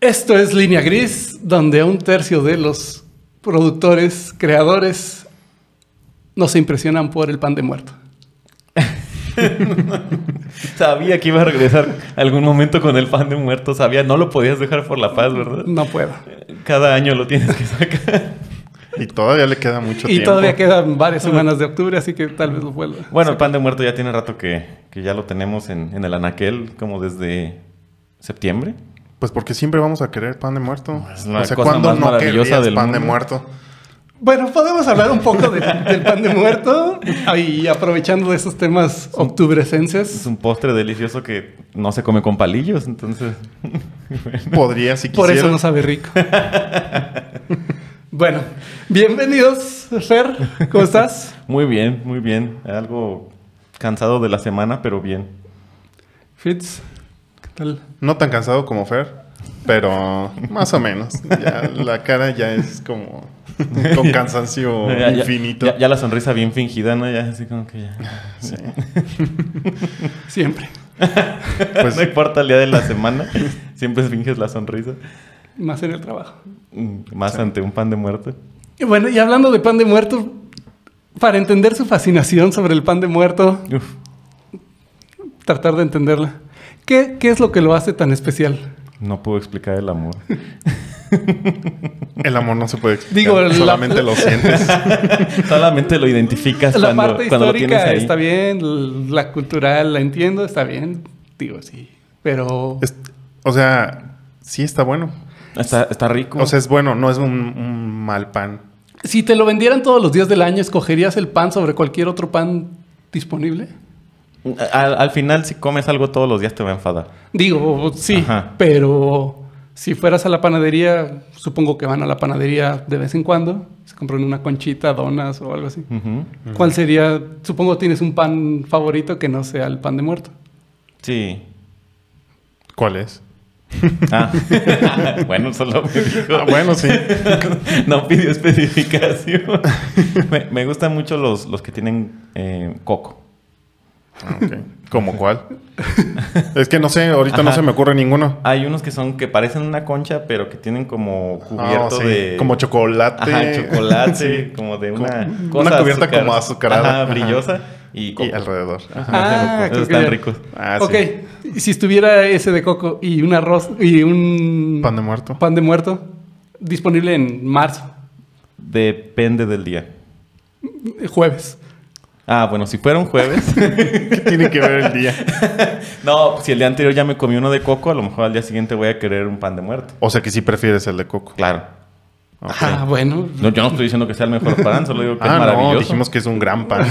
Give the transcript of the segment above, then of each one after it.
Esto es Línea Gris, donde un tercio de los productores, creadores, nos impresionan por el pan de muerto. Sabía que iba a regresar algún momento con el pan de muerto. Sabía, no lo podías dejar por la paz, ¿verdad? No puedo. Cada año lo tienes que sacar. Y todavía le queda mucho Y tiempo. todavía quedan varias semanas de octubre, así que tal vez lo vuelva. Bueno, el pan de muerto ya tiene rato que, que ya lo tenemos en, en el anaquel, como desde septiembre. Pues porque siempre vamos a querer pan de muerto. Es la o sea, cosa ¿cuándo más no maravillosa querías del pan de mundo? muerto? Bueno, podemos hablar un poco de- del pan de muerto y aprovechando de esos temas Es octubrecenses. un postre delicioso que no se come con palillos, entonces. Podría si Por quisiera. eso no sabe rico. bueno, bienvenidos, Fer. ¿Cómo estás? Muy bien, muy bien. Algo cansado de la semana, pero bien. Fitz, ¿qué tal? No tan cansado como Fer, pero más o menos. Ya la cara ya es como con cansancio Ya- ya- Oh, infinito. Ya, ya la sonrisa bien fingida, ¿no? Ya así como que ya. Sí. Siempre. Pues- no importa el día de la semana, siempre finges la sonrisa. Más en el trabajo. Mm, Más ante un pan de muerto. Y bueno, y hablando de pan de muerto, para entender su fascinación sobre el pan de muerto, Uf, tratar de entenderla. ¿Qué, qué es lo que lo hace tan especial? no puedo explicar el amor. El amor no se puede explicar. Digo, la- solamente lo sientes. Solamente lo identificas La cuando, parte cuando lo tienes histórica ahí. está bien, la cultural la entiendo, está bien, digo sí, pero Es- o sea, sí está bueno. Está, está rico. O sea, es bueno, no es un, un mal pan. si te lo vendieran todos los días del año, ¿escogerías el pan sobre cualquier otro pan disponible? al, al final, si comes algo todos los días, te va a enfadar. Digo, sí, Ajá. pero si fueras a la panadería, supongo que van a la panadería de vez en cuando, se compran una conchita, donas o algo así. Ujú. ¿Cuál sería, supongo tienes un pan favorito que no sea el pan de muerto? Sí. ¿Cuál es? Ah. bueno, solo me dijo. Ah, bueno, sí. no pidió especificación. me, me gustan mucho los, los que tienen eh, coco. Ah, ok. ¿Cómo cuál? Es que no sé, ahorita no Ajá. se me ocurre ninguno. Hay unos que son que parecen una concha, pero que tienen como cubierto Ah, sí. de. Como chocolate. Ajá, chocolate, como de una. Como- cosa una cubierta azucar- como azucarada. Ajá, Ajá. brillosa. Y, Y alrededor. Ah, creo Esos que están ya. ricos. Ah, sí. ok, si estuviera ese de coco y un arroz y un Pan de muerto. pan de muerto disponible en marzo, Depende del día. jueves. Ah, bueno, si fuera un jueves. ¿Qué tiene que ver el día? no, si el día anterior ya me comí uno de coco, a lo mejor al día siguiente voy a querer un pan de muerto. O sea que sí prefieres el de coco. Claro. Ah, bueno. No, yo no estoy diciendo que sea el mejor pan, solo digo que es Ah, maravilloso. no, dijimos que es un gran pan.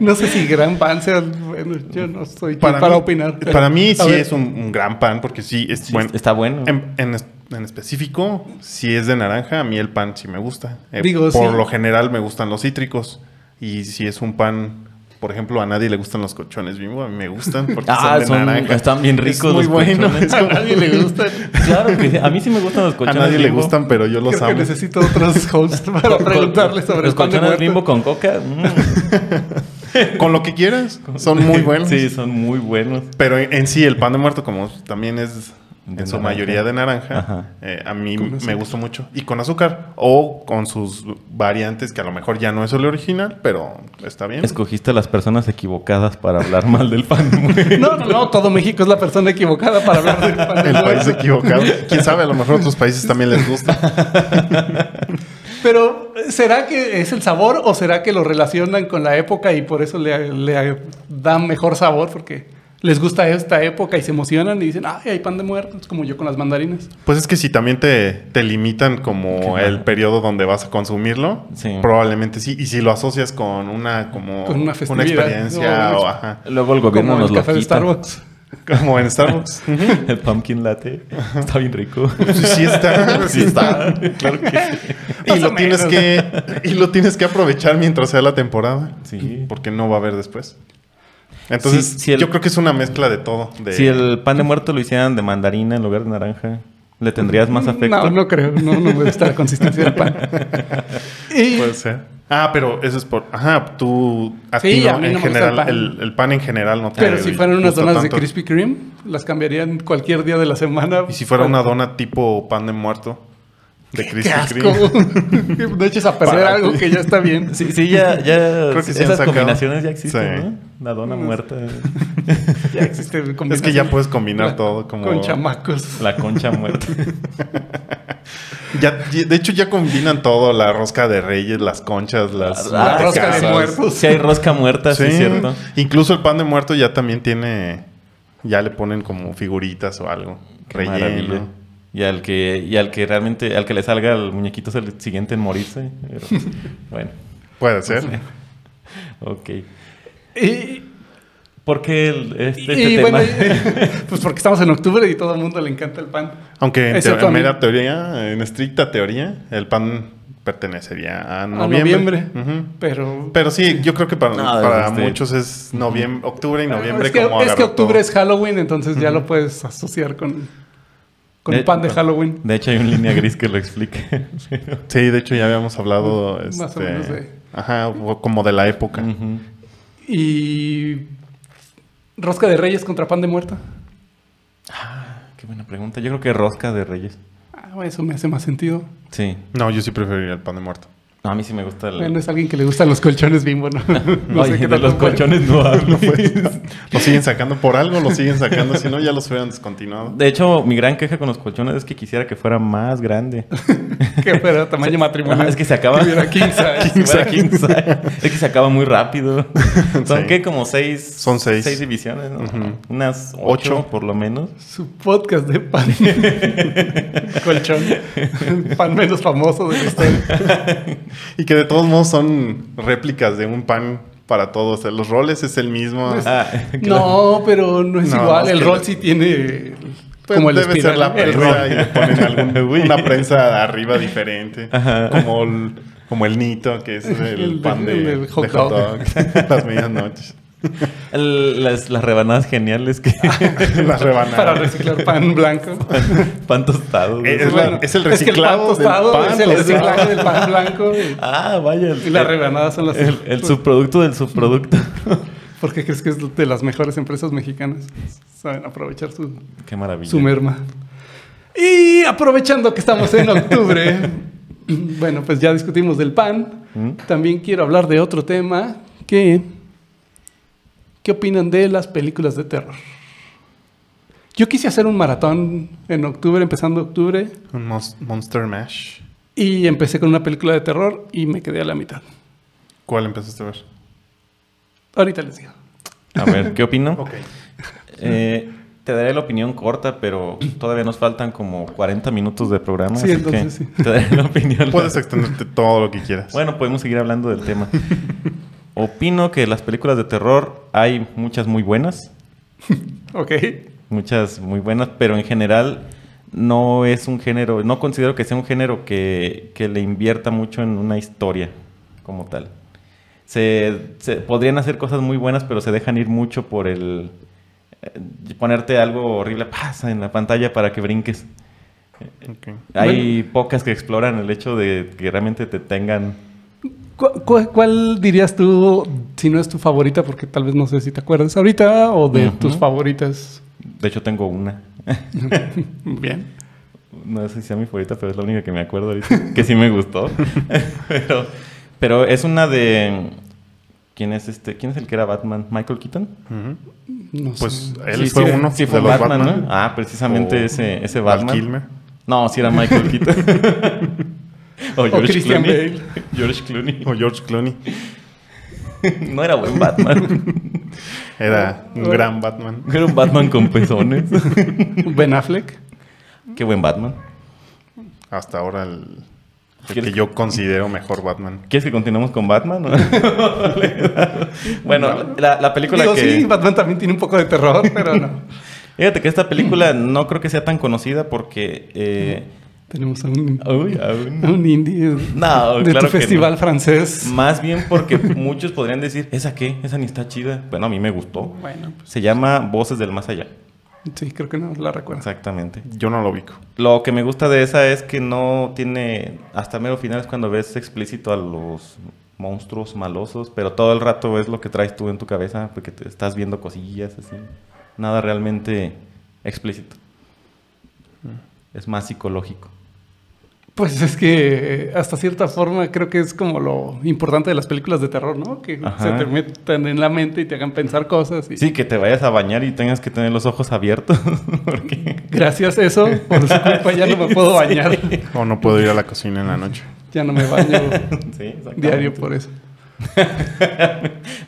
No sé si gran pan sea... Bueno, yo no soy quien para, mí, opinar. pero- Para mí a sí ver, es un, un gran pan porque sí es Sí, bueno. Está bueno. En, en es- en específico, si es de naranja, a mí el pan sí me gusta. Eh, Digo, por sí. lo general me gustan los cítricos. Y si es un pan, por ejemplo, a nadie le gustan los colchones bimbo, a mí me gustan porque Ah, son de son- naranja. están bien Es ricos muy los bueno. colchones. es como- A nadie le gusta. Claro que sí. A mí sí me gustan los a colchones. nadie le Bimbo. gustan, pero yo los Creo que amo. necesito otros hosts para Con- preguntarle con- sobre los el pan de colchones muerto. bimbo con coca. mm. Con lo que quieras, son muy buenos. Sí, son muy buenos. Pero en, en sí, el pan de muerto, como también es en De su naranja. mayoría de Ajá. naranja, eh, a mí Con me azúcar. gusta mucho. Y con azúcar o con sus variantes, que a lo mejor ya no es el original, pero está bien. Escogiste a las personas equivocadas para hablar mal del pan de muerto. No, no, no, todo México es la persona equivocada para hablar del pan de El muerto. país equivocado. Quién sabe, a lo mejor a otros países también les gusta. Pero, ¿será que es el sabor o será que lo relacionan con la época y por eso le, le dan mejor sabor? Porque les gusta esta época y se emocionan y dicen, ay, hay pan de muerto, Es como yo con las mandarinas. Pues es que si también te, te limitan como Qué el mal. periodo donde vas a consumirlo, Sí. probablemente sí. Y si lo asocias con una como Con una festividad, experiencia ¿no? o ajá, Luego el gobierno como nos el lo café de quita. Starbucks. como en Starbucks. El pumpkin latte. Está bien rico. Sí, sí está, sí está. claro que sí. Y Más lo, o tienes menos. que, y lo tienes que aprovechar mientras sea la temporada. Sí. Porque no va a haber después. Entonces, Sí, sí, el- yo creo que es una mezcla de todo. de- Si el pan de muerto lo hicieran de mandarina en lugar de naranja, ¿le Mm, tendrías más afecto? No, no creo, no, no me gusta la consistencia del pan. Y Puede ser. Ah, pero eso es por. Ajá, tú. A Sí, ti no, a mí no me en gusta general, el pan. el, el pan en general no te. Pero si fueran unas gusta donas de tanto. Krispy Kreme, las cambiarían cualquier día de la semana. Y si fuera una dona tipo pan de muerto de ¡Qué Krispy asco! Kreme. no eches a perder Para algo que ya está bien. Sí, sí, ya, ya Creo que sí han esas sacado. Mm. combinaciones ya existen, Sí. ¿no? La dona muerta, Ya existe Es que Este, combinación ya pues, puedes combinar La- todo como. Con chamacos. la concha muerta. Ya- ya- de hecho, ya combinan todo: la rosca de reyes, las conchas, las. La las rosca de casas. muerto. Si hay rosca muerta, sí, Sí, es cierto. Incluso el pan de muerto ya también tiene. Ya le ponen como figuritas o algo. Qué relleno. maravilla. Y al que, y al que realmente, al que le salga al muñequito es el siguiente en morirse. pero, bueno, Puede ser. ok. Y, ¿Por qué el- este, y este bueno, tema? pues porque estamos en octubre y todo el mundo le encanta el pan. Aunque en, Excepto teo- a en mí. mera teoría, en estricta teoría, el pan pertenecería a A noviembre. noviembre. Ujú. Pero, Pero sí, yo creo que para, No, para este- muchos es noviembre, octubre y noviembre Ah, es que, como es que agarró octubre todo. es Halloween, entonces ya lo puedes asociar con, con De- pan de Halloween. De hecho, hay una línea gris que lo explica. pero- Sí, de hecho ya habíamos hablado Más o este, menos de- Ajá, o como de la época. Ujú. Y rosca de reyes contra pan de muerta. Qué buena pregunta. Yo creo que rosca de reyes. Ah, bueno, eso me hace más sentido. Sí. No, yo sí preferiría el pan de muerto. No, a mí sí me gusta el... Bueno, es alguien que le gustan los colchones bimbo, ¿no? no Oye, qué de tanto los puede- colchones no hablo. Lo siguen sacando por algo, lo siguen sacando, si no ya los hubieran descontinuado. De hecho, mi gran queja con los colchones es que quisiera que fuera más grande. Que fuera tamaño matrimonial. Ah, es que se acaba. Que hubiera 15 años. Que fuera king size. Es que se acaba muy rápido. Son Sí. que como seis. Son seis. divisiones, ¿no? Ujú. Unas ocho, Ocho. por lo menos. Su podcast de pan. Colchón. El pan menos famoso de la historia. Y que de todos modos son réplicas de un pan para todos. O sea, los roles es el mismo. Ah, claro. No, pero no es No, igual. es El que- rol sí tiene. Pues como el debe ser espiral, la el prensa rol. y le ponen algún- Uy. una prensa arriba diferente. Como el, como el nito, que es el, El de- pan de, el del de hot hot dog. dog. las medianoches. El- las, las rebanadas geniales que. Las rebanadas. Para reciclar pan blanco. pan tostado. Eh, ¿no? Es la- es el reciclado Es que el pan tostado del pan es el tostado. reciclaje del pan blanco. Ah, vaya. el- Y las rebanadas son las. El, el subproducto del subproducto. ¿Por qué crees que es de las mejores empresas mexicanas? Saben aprovechar su, Qué maravilla. su merma. Y aprovechando que estamos en octubre, bueno, pues ya discutimos del pan. ¿Mm? También quiero hablar de otro tema que... ¿Qué opinan de las películas de terror? Yo quise hacer un maratón en octubre, empezando octubre, Un mos- Monster Mash. y empecé con una película de terror y me quedé a la mitad. ¿Cuál empezaste a ver? Ahorita les digo. A ver, ¿qué opino? Ok. Eh, te daré la opinión corta, pero todavía nos faltan como 40 minutos de programa. Sí, así entonces que sí. Te daré la opinión. Puedes extenderte todo lo que quieras. Bueno, podemos seguir hablando del tema. Opino que las películas de terror hay muchas muy buenas, Ok. muchas muy buenas, pero en general no es un género, no considero que sea un género que, que le invierta mucho en una historia como tal. Se, se- podrían hacer cosas muy buenas, pero se dejan ir mucho por el eh, ponerte algo horrible pasa en la pantalla para que brinques. Ok. Hay pocas que exploran el hecho de que realmente te tengan ¿Cu- cu- cuál dirías tú, si no es tu favorita, porque tal vez no sé si te acuerdas ahorita, o de Ujú. tus favoritas? De hecho, tengo una. Bien. No sé si sea mi favorita, pero es la única que me acuerdo ahorita. que sí me gustó. pero, pero es una de. ¿Quién es este? ¿Quién es el que era Batman? ¿Michael Keaton? Ujú. No Pues sé. él fue uno sí fue de los Batman, Batman. ¿no? Ah, precisamente O ese, ese Val Batman. Kilmer. No, sí era Michael Keaton. o Christian Clooney. Bale. George Clooney. O George Clooney. no era buen Batman. Era un gran Batman. era un Batman con pezones. Ben Affleck. Qué buen Batman. Hasta ahora el, el que ¿Quieres- yo considero mejor Batman. ¿Quieres que continuemos con Batman? bueno, la, la película Digo, que... sí, Batman también tiene un poco de terror, pero no. Fíjate que esta película no creo que sea tan conocida porque... eh, Tenemos a un, uy, a aún- un indie de No, tu claro que festival no. francés. Más bien porque muchos podrían decir, ¿esa qué? Esa ni está chida. Bueno, a mí me gustó. Bueno, Se llama Voces del Más Allá. pues, sí, creo que no la recuerdo. Exactamente. Yo no lo ubico. Lo que me gusta de esa es que no tiene... Hasta mero final es cuando ves explícito a los monstruos malosos, pero todo el rato es lo que traes tú en tu cabeza porque te estás viendo cosillas así. Nada realmente explícito. Es más psicológico. Pues es que eh, hasta cierta forma creo que es como lo importante de las películas de terror, ¿no? Que Ajá. se te metan en la mente y te hagan pensar cosas. Y Sí, que te vayas a bañar y tengas que tener los ojos abiertos. porque Gracias a eso, por su culpa ya no me puedo bañar. O no puedo ir a la cocina en la noche. Ya no me baño Sí, exactamente. diario pues. por eso.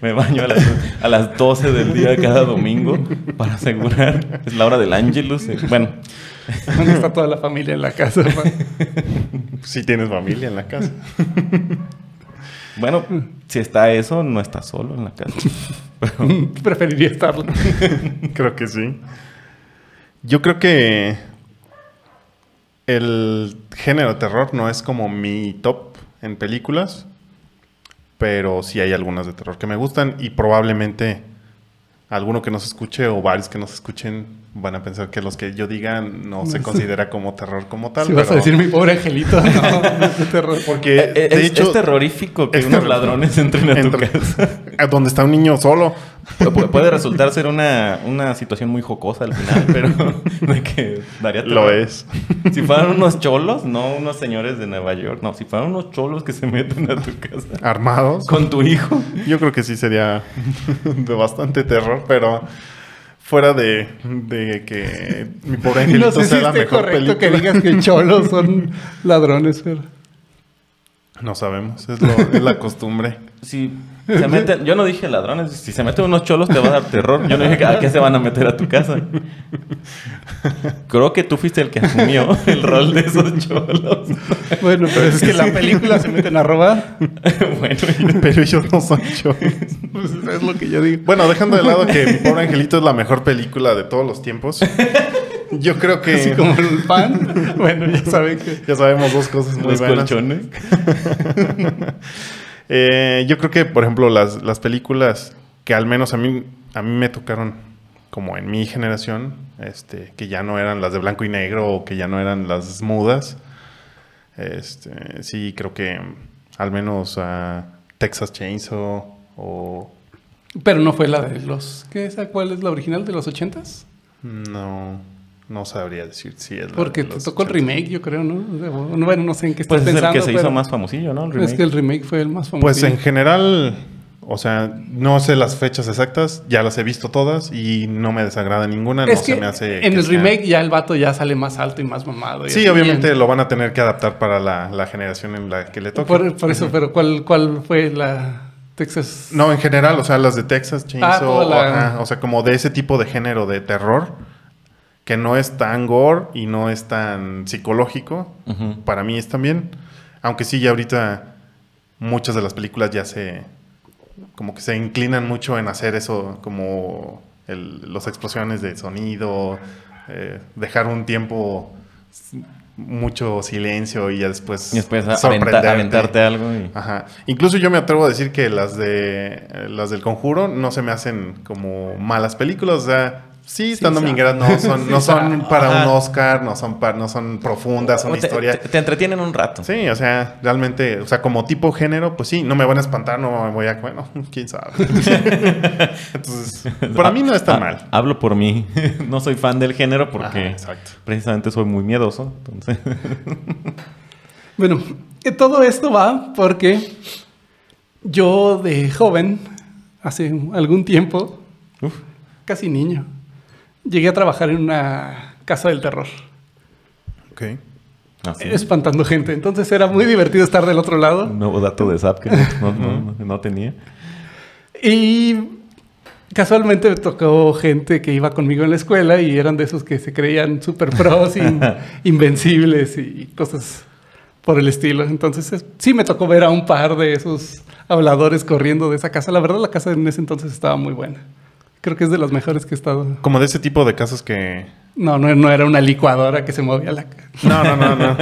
Me baño a las, a las 12 del día cada domingo para asegurar. Es la hora del Angelus. eh, Bueno, ¿Dónde está toda la familia en la casa? pa? Si tienes familia en la casa. bueno, si está eso, no está solo en la casa. Pero, Preferiría estarla. Creo que sí. Yo creo que el género terror no es como mi top en películas, pero sí hay algunas de terror que me gustan y probablemente alguno que nos escuche o varios que nos escuchen van a pensar que los que yo diga no se considera como terror como tal. si vas a pero- decir mi pobre angelito, no, no es de terror. porque Eh, eh, de es, hecho es terrorífico que es unos terrorífico. ladrones entren a tu Entra- casa. a donde está un niño solo. Pu- Puede resultar ser una, una situación muy jocosa al final, pero de que daría Lo terror. es. Si fueran unos cholos, no unos señores de Nueva York, no, si fueran unos cholos que se meten a tu casa Armados. con tu hijo. Yo creo que sí sería de bastante terror, pero fuera de, de que mi pobre angelito No sé si sea la esté mejor correcto película. que digas que cholos son ladrones, pero... No sabemos, es, lo- es la costumbre. Si se meten, yo no dije ladrones, si se meten unos cholos te va a dar terror. Yo no dije a qué se van a meter a tu casa. Creo que tú fuiste el que asumió el rol de esos cholos. Bueno, pues pero es que en la película se meten a robar. bueno, Pero yo no soy yo. Pues es lo que yo digo. Bueno, dejando de lado que mi pobre angelito es la mejor película de todos los tiempos, yo creo que Así como el pan. Bueno, ya saben que... ya sabemos dos cosas muy los buenas. colchones. Eh, yo creo que, por ejemplo, las, las películas que al menos a mí, a mí me tocaron como en mi generación, este, que ya no eran las de blanco y negro o que ya no eran las mudas, este, sí creo que al menos a Texas Chainsaw o... Pero no fue la de los... ¿Qué es? ¿Cuál es la original de los ochentas? No, no sabría decir si es la Porque de te los tocó el 80. remake, yo creo, ¿no? O sea, Bueno, no sé en qué estás Pues es pensando. el que se hizo pero más famosillo, ¿no? El Es remake. que el remake fue el más famoso. Pues en general, o sea, no sé las fechas exactas, ya las he visto todas y no me desagrada ninguna, es no que se me hace... en que el sea- remake ya el vato ya sale más alto y más mamado. y Sí, así, obviamente bien. lo van a tener que adaptar para la, la generación en la que le toque. Por, por eso, pero ¿cuál, ¿cuál fue la Texas? No, en general, o sea, las de Texas, Chainsaw, Ah, toda la- ajá, o sea, como de ese tipo de género de terror que no es tan gore y no es tan psicológico, Ujú. para mí es también. Aunque sí, ya ahorita muchas de las películas ya se como que se inclinan mucho en hacer eso, como el- las explosiones de sonido, eh, dejar un tiempo s- mucho silencio y ya después, Y después a- sorprenderte. aventa- aventarte algo. y- Ajá. Incluso yo me atrevo a decir que las de eh, las del conjuro no se me hacen como malas películas. O sea, sí, están sabe. domingueras, no son, no Sí sabe. son para Ajá. un Oscar, no son pa- no son profundas, son O te, historia. te- te entretienen un rato. Sí, o sea, realmente, o sea, como tipo género, pues sí, no me van a espantar, no me voy a, bueno, quién sabe. Entonces, para mí no está Ah, mal. Hablo por mí. no soy fan del género Ajá, porque exacto. precisamente soy muy miedoso. Entonces, Bueno, eh, todo esto va porque yo de joven, hace algún tiempo, uf, casi niño, llegué a trabajar en una casa del terror, Ok. así. espantando gente. Entonces era muy divertido estar del otro lado. Un nuevo dato de SAP que no, no- no- no tenía. Y casualmente me tocó gente que iba conmigo en la escuela y eran de esos que se creían super pros, in- invencibles y cosas por el estilo. Entonces es- sí me tocó ver a un par de esos habladores corriendo de esa casa. La verdad la casa en ese entonces estaba muy buena. Creo que es de las mejores que he estado. Como de ese tipo de casas que... No, no, no era una licuadora que se movía la ca- No, no, no, no.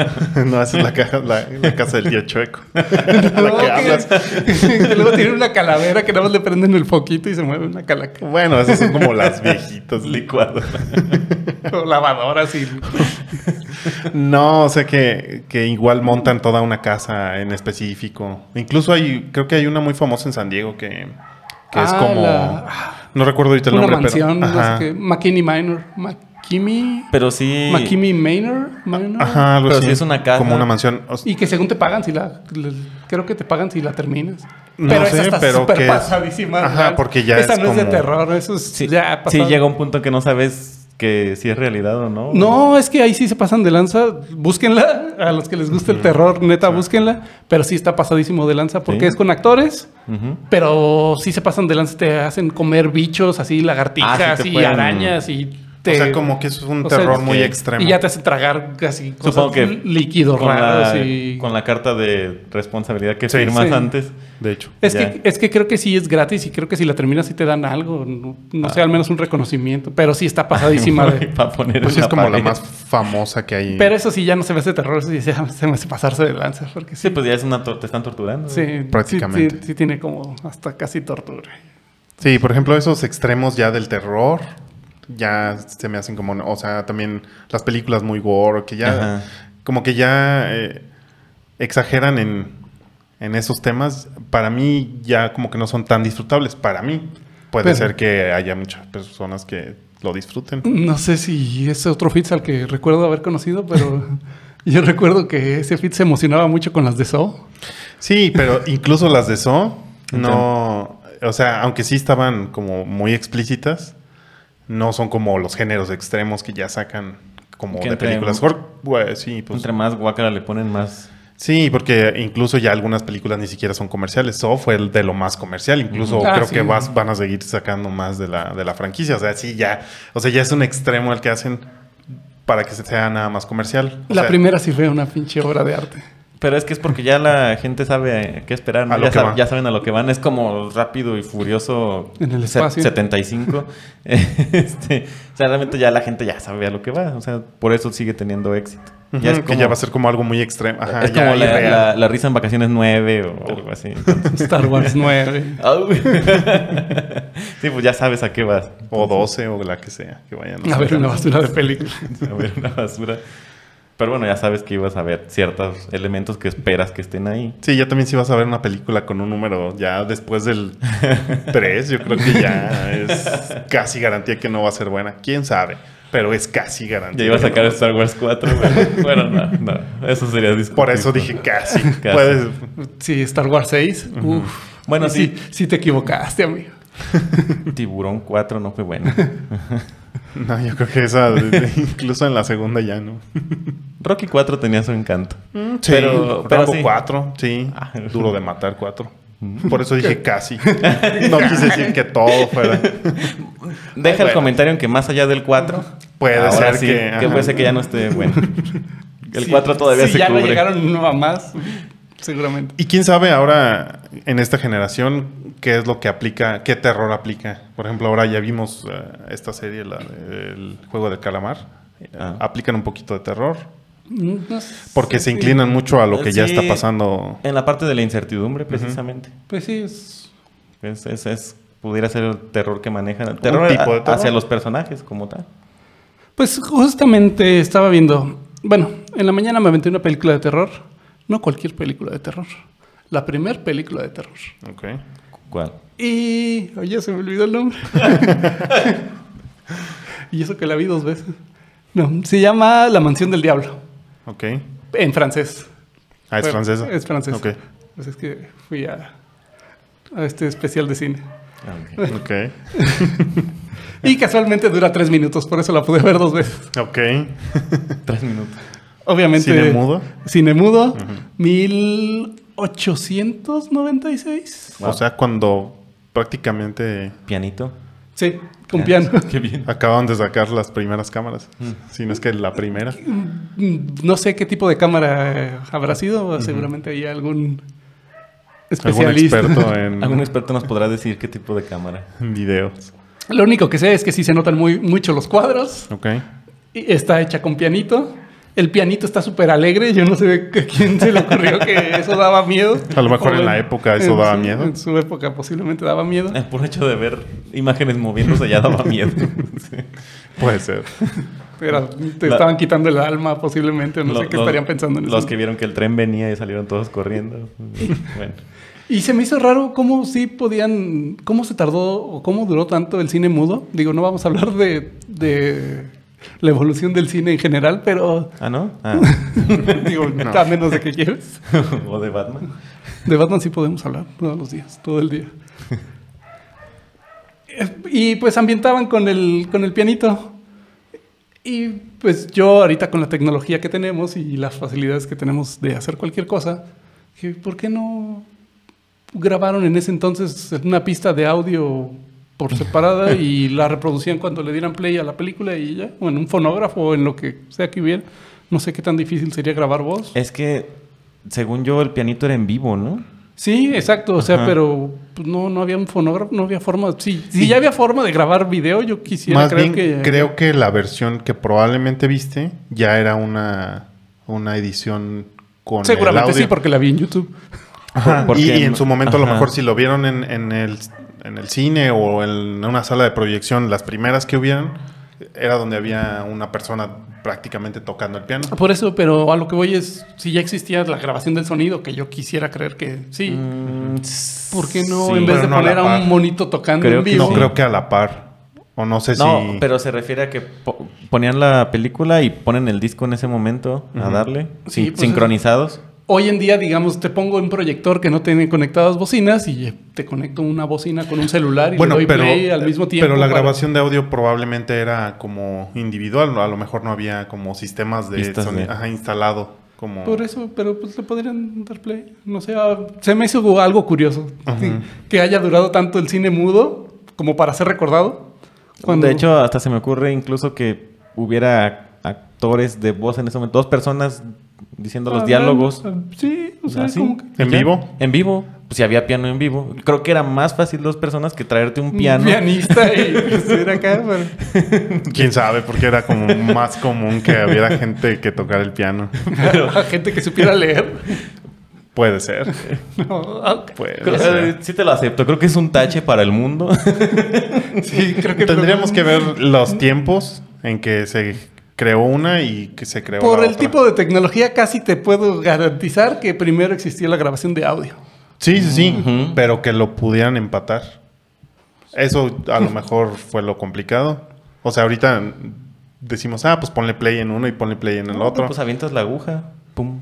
No, esa es la, ca- la- la casa del tío Chueco. No, que que- hablas. que luego tiene una calavera que nada más le prenden el foquito y se mueve una calaca. Bueno, esas son como las viejitas licuadas. O lavadora así. No, o sea que, que igual montan toda una casa en específico. Incluso hay, creo que hay una muy famosa en San Diego que, que es Ah, como. la- No recuerdo ahorita el una nombre, mansión, pero. no sé Ajá, qué. McKinney Minor. McKinney. Pero sí. McKinney Minor. Minor. Ajá, algo Pero así. sí es una casa. Como una mansión. O s- Y que según te pagan, si la. le- creo que te pagan si la terminas. No pero sé, esa está pero súper que es- pasadísima. Ajá, ¿verdad? porque ya Esa es no es de como- terror, eso es Sí, ya sí pasado. llega un punto que no sabes que si es realidad o no. No, es que ahí sí se pasan de lanza. Búsquenla. A los que les gusta el terror, neta, búsquenla. Pero sí está pasadísimo de lanza porque Sí. es con actores. Ujú. Pero sí se pasan de lanza. Te hacen comer bichos así, Ah, lagartijas sí te y pueden- arañas. Y te... o sea, como que es un o sea, terror es muy que- extremo. Y ya te hacen tragar así cosas Supongo que líquidos con raros. la, y... con la carta de responsabilidad que Sí, firmas sí. antes. De hecho. Es Ya. que, es que creo que sí es gratis y creo que si la terminas sí te dan algo, no, no Ah. sé, al menos un reconocimiento, pero sí está pasadísima de... Para poner Pues en es como la pared. más famosa que hay. Pero eso sí ya no se me hace terror, eso sí se, se me hace pasarse de lanza, porque sí, Sí, pues ya es una. tor- Te están torturando. sí, sí, prácticamente. Sí, sí tiene como hasta casi tortura. Sí, por ejemplo, esos extremos ya del terror. Ya se me hacen como. O sea, también las películas muy gore, que ya. Ajá. como que ya eh, exageran en, en esos temas, para mí ya como que no son tan disfrutables. Para mí puede Pero- Pues ser que haya muchas personas que lo disfruten. No sé si es otro Fitz al que recuerdo haber conocido, pero yo recuerdo que ese Fitz se emocionaba mucho con las de Saw. Sí, pero incluso las de So, no, o sea, aunque sí estaban como muy explícitas, no son como los géneros extremos que ya sacan como Que de entre- películas. Hor- pues, sí, pues, Entre más guácara le ponen más. sí, porque incluso ya algunas películas ni siquiera son comerciales. So fue el de lo más comercial. Incluso Ujú. Ah, creo sí. que vas, van a seguir sacando más de la, de la franquicia. O sea, sí, ya, o sea, ya es un extremo el que hacen para que sea nada más comercial. O La sea, primera sí fue una pinche obra de arte. Pero es que es porque ya la gente sabe a qué esperar, ¿no? A lo ya, que sab- va. ya saben a lo que van. Es como rápido y furioso. En el se- espacio. 75. este, o sea, realmente ya la gente ya sabe a lo que va. O sea, por eso sigue teniendo éxito. ujú, ya es que como, ya va a ser como algo muy extremo. Ajá, es ya como la, irreal. la- la risa en vacaciones 9 o algo así. Entonces, Star Wars 9. Ah, au. sí, pues ya sabes a qué vas. O 12 o la que sea, que vayan A ver, sacar. una basura de película. A ver, una basura. Pero bueno, ya sabes que ibas a ver ciertos elementos que esperas que estén ahí. Sí, ya también sí vas a ver una película con un número ya después del 3, yo creo que ya es casi garantía que no va a ser buena. ¿Quién sabe? Pero es casi garantía. Ya iba a que sacar no. Star Wars 4. pero- Bueno, no, no. Eso sería discutible. Por eso dije casi. Casi. Puedes- Sí, Star Wars 6. Uf. Bueno, Y sí. sí, sí te equivocaste, amigo. Tiburón 4 no fue bueno. No, yo creo que esa, incluso en la segunda ya no. Rocky 4 tenía su encanto. Sí, pero- pero, pero sí. 4, sí. Ah. Mm. Duro de matar 4. Por eso dije casi. No quise decir que todo fuera. Deja el bueno. comentario en que más allá del 4. Puede ahora ser sí, que- ajá. puede ser que ya no esté bueno. El Sí, 4 todavía si se ya cubre. no llegaron no a más, seguramente. Y quién sabe ahora en esta generación qué es lo que aplica, qué terror aplica. Por ejemplo, ahora ya vimos eh, esta serie, la del juego del calamar. Ah. Aplican un poquito de terror No sé, porque se sí. inclinan mucho a lo que ya Sí. está pasando. En la parte de la incertidumbre, precisamente. Pues sí, es... es, es- es- pudiera ser el terror que manejan. El terror, tipo de a- terror. hacia los personajes como tal. Pues justamente estaba viendo... Bueno, en la mañana me aventé una película de terror. No cualquier película de terror. La primer película de terror. Ok. ¿Cuál? Y... Oye, se me olvidó el nombre. y eso que la vi dos veces. No, se llama La Mansión del Diablo. Ok. En francés. Ah, es Fue- francesa. Es francesa. Ok. Pues es que fui a, a este especial de cine. Ah, ok. Ok. Y casualmente dura tres minutos, por eso la pude ver dos veces. Ok. Tres minutos. Obviamente. ¿Cine mudo? Cine mudo, 1896. Wow. O sea, cuando prácticamente Pianito. Sí, con piano. Qué bien. Mm. acaban de sacar las primeras cámaras. Si no es que la primera. No sé qué tipo de cámara eh, habrá sido, seguramente hay algún Algún especialista. experto eh. en, Algún experto nos podrá decir qué tipo de cámara. en videos. Lo único que sé es que sí se notan muy, mucho los cuadros. Ok. Y Está hecha con pianito. El pianito está súper alegre. Yo no sé a quién se le ocurrió que eso daba miedo. A lo mejor O en la época eso en daba su- miedo. Eh, En su época posiblemente daba miedo. El puro hecho de ver imágenes moviéndose ya daba miedo. Sí. Puede ser. Era- te La- estaban quitando el alma posiblemente. o No Lo- sé qué los- estarían pensando en eso. Los que vieron que el tren venía y salieron todos corriendo. Bueno. Y se me hizo raro cómo sí podían, cómo se tardó o cómo duró tanto el cine mudo. Digo, no vamos a hablar de, de la evolución del cine en general, pero Ah, ¿no? Ah. digo, No. a menos de que quieres. o de Batman. De Batman sí podemos hablar todos los días, todo el día. Eh, Y pues ambientaban con el, con el pianito. Y pues yo ahorita con la tecnología que tenemos y las facilidades que tenemos de hacer cualquier cosa, dije, ¿por qué no grabaron en ese entonces una pista de audio por separada y la reproducían cuando le dieran play a la película y ya? O en un fonógrafo o en lo que sea que hubiera. No sé qué tan difícil sería grabar voz. Es que, según yo, el pianito era en vivo, ¿no? Sí, exacto, o sea, Ajá. pero pues, no, no había un fonógrafo, no había forma. Sí, si ya había forma de grabar video, yo quisiera Más creer bien, que. creo que la versión que probablemente viste ya era una, una edición con el Seguramente audio. sí, porque la vi en YouTube. Ajá, Porque y, en- y en su momento a lo ajá. mejor si lo vieron en, en el, en el cine o en una sala de proyección, las primeras que hubieran, era donde había una persona prácticamente tocando el piano. Por eso, pero a lo que voy es, si ya existía la grabación del sonido, que yo quisiera creer que sí. Mm, ¿Por qué no, en vez Mm, Pero de no a la poner a par. un monito tocando Creo en que vivo? No sí. creo que a la par. O no sé No, si... pero se refiere a que po- ponían la película y ponen el disco en ese momento a Ujú. darle, Sí, sin- pues, sincronizados. Hoy en día, digamos, te pongo un proyector que no tiene conectadas bocinas y eh, te conecto una bocina con un celular y Bueno, le doy pero, play al mismo tiempo. pero la para- grabación de audio probablemente era como individual, a lo mejor no había como sistemas de Pistas sonido de- ajá, instalado. Como... Por eso, pero pues le podrían dar play. No sé, ah, se me hizo algo curioso. Ajá. Sí, que haya durado tanto el cine mudo como para ser recordado. Cuando- De hecho, hasta se me ocurre incluso que hubiera actores de voz en ese momento. Dos personas diciendo los Ah, diálogos. ah, Sí, o sea, así, como que- ¿En ya. vivo? En vivo. Pues si había piano en vivo. Creo que era más fácil dos personas que traerte un un piano. pianista y ser acá. pero- Quién sabe, porque era como más común que hubiera gente que tocara el piano. a gente que supiera leer. Puede ser. No, ah, Puede Creo- eh, ser. sí te lo acepto. Creo que es un tache para el mundo. sí, creo que Tendríamos que ver los tiempos en que se creó una y que se creó Por la el otra. tipo de tecnología casi te puedo garantizar que primero existía la grabación de audio. Sí, sí, sí. Ujú. Pero que lo pudieran empatar. Eso a lo mejor fue lo complicado. O sea, ahorita decimos, ah, pues ponle play en uno y ponle play en el otro. Pues avientas la aguja. Pum.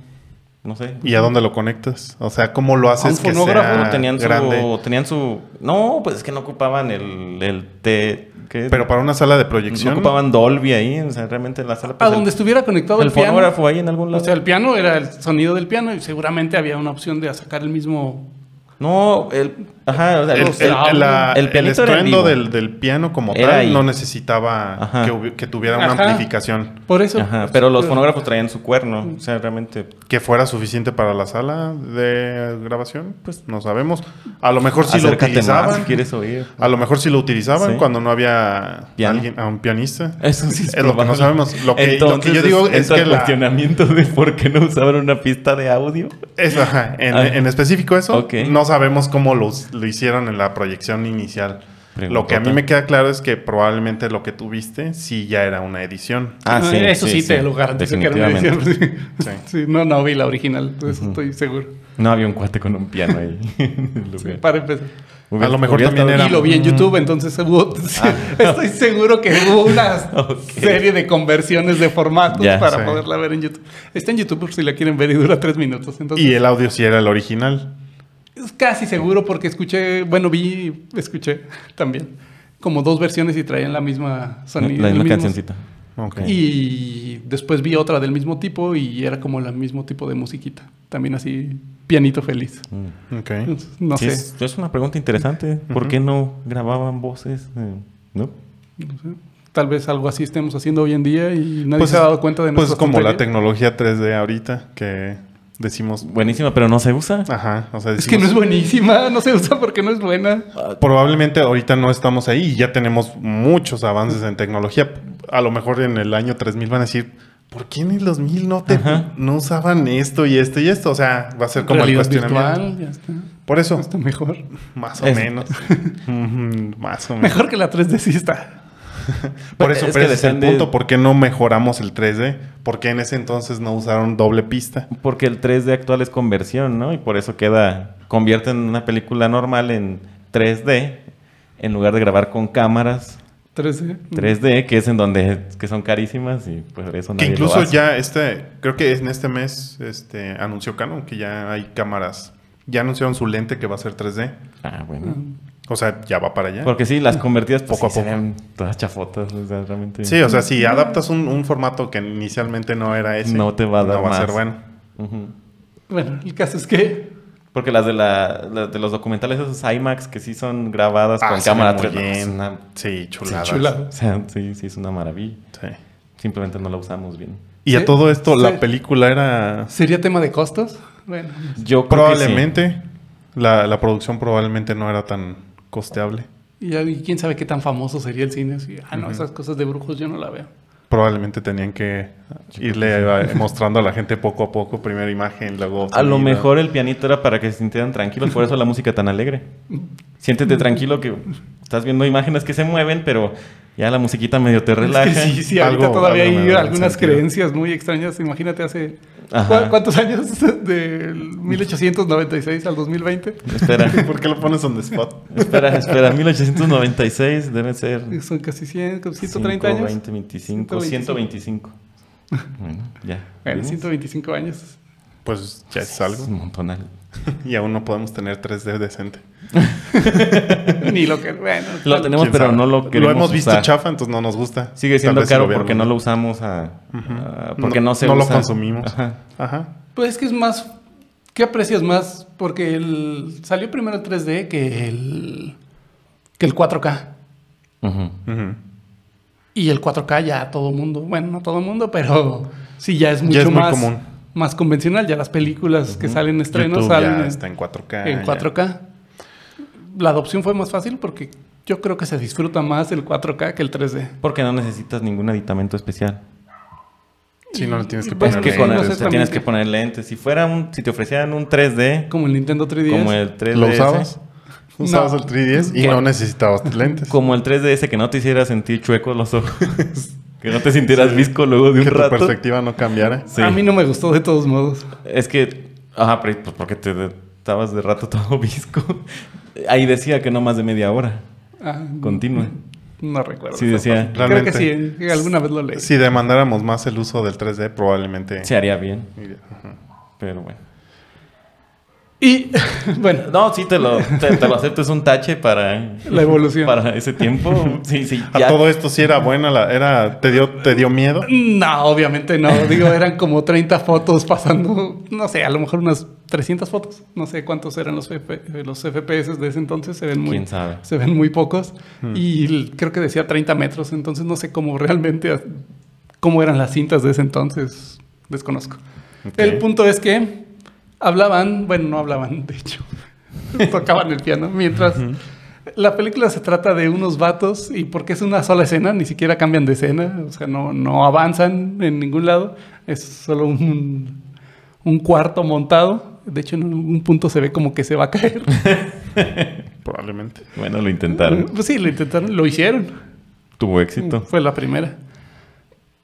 No sé. ¿Y a dónde lo conectas? O sea, ¿cómo lo haces un que fonógrafo sea tenían su, grande? tenían su. No, pues es que no ocupaban el, el T. ¿qué? Pero para una sala de no proyección. ocupaban Dolby ahí. O sea, realmente la sala. a pues, el- donde estuviera conectado el, el, piano. fonógrafo ahí en algún O lado. sea, el piano era el sonido del piano y seguramente había una opción de sacar el mismo. no, el. Ajá, o sea, el, los- el- ah, la- el el pianito era en estruendo vivo. del, del piano como Era tal ahí. no necesitaba Ajá. que, hubi- que tuviera una Ajá. amplificación Por eso. Ajá, pero los fonógrafos traían su cuerno. O sea, realmente. que fuera suficiente para la sala de grabación. Pues no sabemos. A lo mejor sí lo acércate más utilizaban. si quieres oír. A lo mejor sí lo utilizaban Sí. cuando no había Piano. Eh. alguien, a un pianista. Eso sí es, Es lo que no probable. sabemos. Lo que- lo que Entonces, yo digo es entra que el la- cuestionamiento de por qué no usaban una pista de audio. Es- ajá, en, Ah. en específico eso, Ok. no sabemos cómo lo, us- lo hicieron en la proyección inicial. Lo que a mí Preguntota. me queda claro es que probablemente lo que tuviste sí ya era una edición. Ah, sí, eso sí, sí, te sí, lo garantizo que era una edición. definitivamente. Sí. Sí, no, no vi la original, de eso estoy seguro. No había un cuate con un piano ahí. en el Sí, lugar. para empezar. Hubiera- A lo mejor hubiera también estado- Era- Y lo vi en YouTube, entonces hubo- estoy seguro que hubo una Ah, Ok. serie de conversiones de formatos Ya, para sí. poderla ver en YouTube. Está en YouTube por si la quieren ver y dura tres minutos. Entonces, Y el audio sí era el original. Es Casi seguro porque escuché, bueno, vi, escuché también como dos versiones y traían la misma sonido. La el misma mismo- cancioncita. Ok. Y después vi otra del mismo tipo y era como el mismo tipo de musiquita. También así, pianito feliz. Mm. Ok. Entonces, No Sí, sé. es, es una pregunta interesante. ¿Por qué no grababan voces? eh, ¿No? no sé. Tal vez algo así estemos haciendo hoy en día y nadie Pues se ha dado cuenta de Pues nuestras como la tonterías. tecnología 3D ahorita, que decimos, Buenísima, pero no se usa. ajá, o sea, Es que no es decimos, buenísima, no se usa porque no es buena. probablemente ahorita no estamos ahí y ya tenemos muchos avances en tecnología. A lo mejor en el año 3000 van a decir, ¿por qué en el 2000 no, te, Ajá. no usaban esto y esto y esto? O sea, va a ser como el Realidad cuestionamiento. virtual, ya está. Por eso, Está mejor. más o Es- menos. Ujú, más o menos. Mejor que la 3D sí está. Por eso, Es pero que ese es el depende- punto. ¿Por qué no mejoramos el 3D? ¿Por qué en ese entonces no usaron doble pista? Porque el 3D actual es conversión, ¿no? Y por eso queda, convierten una película normal en 3D, en lugar de grabar con cámaras 3D. 3D, que es en donde que son carísimas y pues por eso Mm. Que nadie lo incluso hace. ya este, creo que en este mes este, anunció Canon que ya hay cámaras. Ya anunciaron su lente que va a ser 3D. Ah, bueno. Mm. O sea, ya va para allá. Porque sí, las convertidas pues, Poco sí a poco. se ven todas chafotas, o sea, realmente. Sí, o sea, Mm. si adaptas un, un formato que inicialmente no era ese, No te va a dar no va a ser más. bueno. Ujú. Bueno, el caso es que Porque las de la, la- de los documentales esos IMAX que sí son grabadas Ah, con se cámara ve muy 3D. no, es bien. una- Sí, chuladas. chula. o sea, sí, sí es una maravilla. Sí. Simplemente no la usamos bien. Y Sí, a todo esto, sí. la película era sería tema de costos. Bueno, Yo creo que sí. probablemente, la, la producción probablemente no era tan costeable. y ya- y quién sabe qué tan famoso sería el cine. así, ah, no, esas cosas de brujos yo no la veo. Probablemente tenían que irle eh, mostrando a la gente poco a poco, primera imagen, luego... A lo sonido. mejor el pianito era para que se sintieran tranquilos, por eso la música tan alegre. Siéntete tranquilo que estás viendo imágenes que se mueven, pero ya la musiquita medio te relaja. Es que sí, ah, sí, Algo- ahorita todavía algo me hay da algunas sentido. creencias muy extrañas. Imagínate hace Ajá. ¿cu- cuántos años del 1896 al 2020. Espera, ¿Por qué lo pones on the spot? espera, espera. 1896 deben ser Son casi 100, como 130 130 años. 20, 25, 125. Bueno, ya. Bueno, ¿Vimos? 125 años. Pues ya es Es algo. un montonal. Y aún no podemos tener 3D decente. Ni lo que. Bueno, Lo tenemos, ¿Quién pero sabe? no lo queremos Lo hemos visto usar. chafa, entonces no nos gusta. Sigue Tal siendo vez si caro vieran, porque no lo usamos a... a- porque no, se usa. lo consumimos. Ajá. Ajá. Pues es que es más. ¿Qué aprecias más? Porque el, salió primero el 3D que el, que el 4K. Ujú. Ujú. Y el 4K ya todo mundo, bueno, no todo mundo, pero sí ya es Ya mucho es muy más, común. más convencional. Ya las películas que salen en estreno YouTube salen ya en- está en 4K. en Ah, ya. 4K. La adopción fue más fácil porque yo creo que se disfruta más el 4K que el 3D. Porque no necesitas ningún aditamento especial. Sí, no le tienes que Pues Tienes poner. Bueno, que sí, poner, no sé, te también tienes que- que poner lentes. Si fuera un, si te ofrecieran un 3D Como el Nintendo 3DS. como el 3DS, ¿Lo usabas? ¿eh? No. Usabas el 3DS y ¿Qué? no necesitabas tus lentes. como el 3DS que no te hiciera sentir chuecos los ojos, que no te sintieras visco luego de Que un tu rato. perspectiva no cambiara. Sí. A mí no me gustó de todos modos. Es que, ajá, pero, pues porque te de- estabas de rato todo visco. Ahí decía que no más de media hora Ah, continua. No recuerdo. Sí decía, Creo que Realmente. sí, que alguna vez lo leí. Si demandáramos más el uso del 3D, probablemente. se haría bien, Ajá. pero bueno. Y bueno, No, sí te lo, te, te lo acepto es un tache para La evolución. para ese tiempo. Sí, sí. A ya. todo esto sí era buena, la, era, te dio, te dio miedo. No, obviamente no. Digo, eran como 30 fotos pasando, no sé, a lo mejor unas 300 fotos. No sé cuántos eran los, FP los FPS de ese entonces. Se ven muy, ¿Quién sabe? Se ven muy pocos. Y l- creo que decía 30 metros. Entonces no sé cómo realmente, as- cómo eran las cintas de ese entonces. Desconozco. Ok. El punto es que hablaban, bueno, no hablaban, de hecho. Tocaban el piano mientras... La película se trata de unos vatos y porque es una sola escena, ni siquiera cambian de escena, o sea, no, no avanzan en ningún lado, es solo un, un cuarto montado. De hecho, en algún punto se ve como que se va a caer. Probablemente. Bueno, lo intentaron. Pues sí, lo intentaron, lo hicieron. Tuvo éxito. Fue la primera.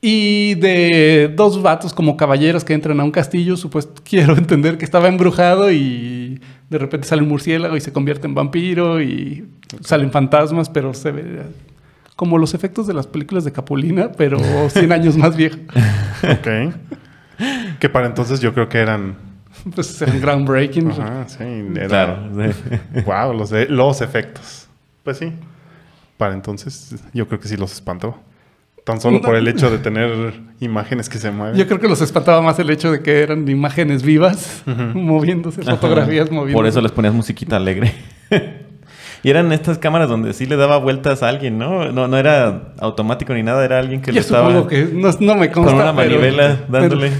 Y de dos vatos como caballeros que entran a un castillo, supuesto, quiero entender que estaba embrujado y de repente sale un murciélago y se convierte en vampiro y salen fantasmas, pero se ve como los efectos de las películas de Capulina, pero 100 años más viejo. Ok. que para entonces yo creo que eran. Pues eran groundbreaking. Ajá, sí. Era, Claro. Wow, los, e- los efectos. Pues sí. Para entonces, yo creo que sí los espantó. Tan solo por el hecho de tener imágenes que se mueven. Yo creo que los espantaba más el hecho de que eran imágenes vivas, moviéndose, fotografías moviéndose. Por eso les ponías musiquita alegre. y eran estas cámaras donde sí le daba vueltas a alguien, ¿no? No, no era automático ni nada, era alguien que Yo le estaba supongo que no, no me con consta. una pero- manivela pero- dándole.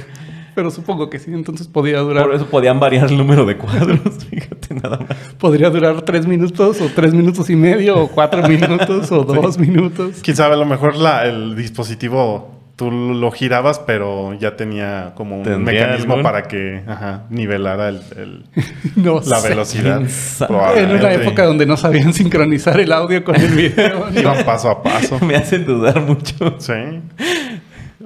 pero supongo que sí. Entonces podía durar, Por eso podían variar el número de cuadros, fíjate nada más. podría durar tres minutos o tres minutos y medio o cuatro minutos o dos minutos. Quién sabe, a lo mejor la- el dispositivo tú lo girabas, pero ya tenía como un Tendría mecanismo algún- para que ajá, nivelara el- el- No la sé. velocidad. quién sabe. En una probablemente. época donde no sabían sincronizar el audio con el video. ¿no? Iban paso a paso. Me hacen dudar mucho. Sí,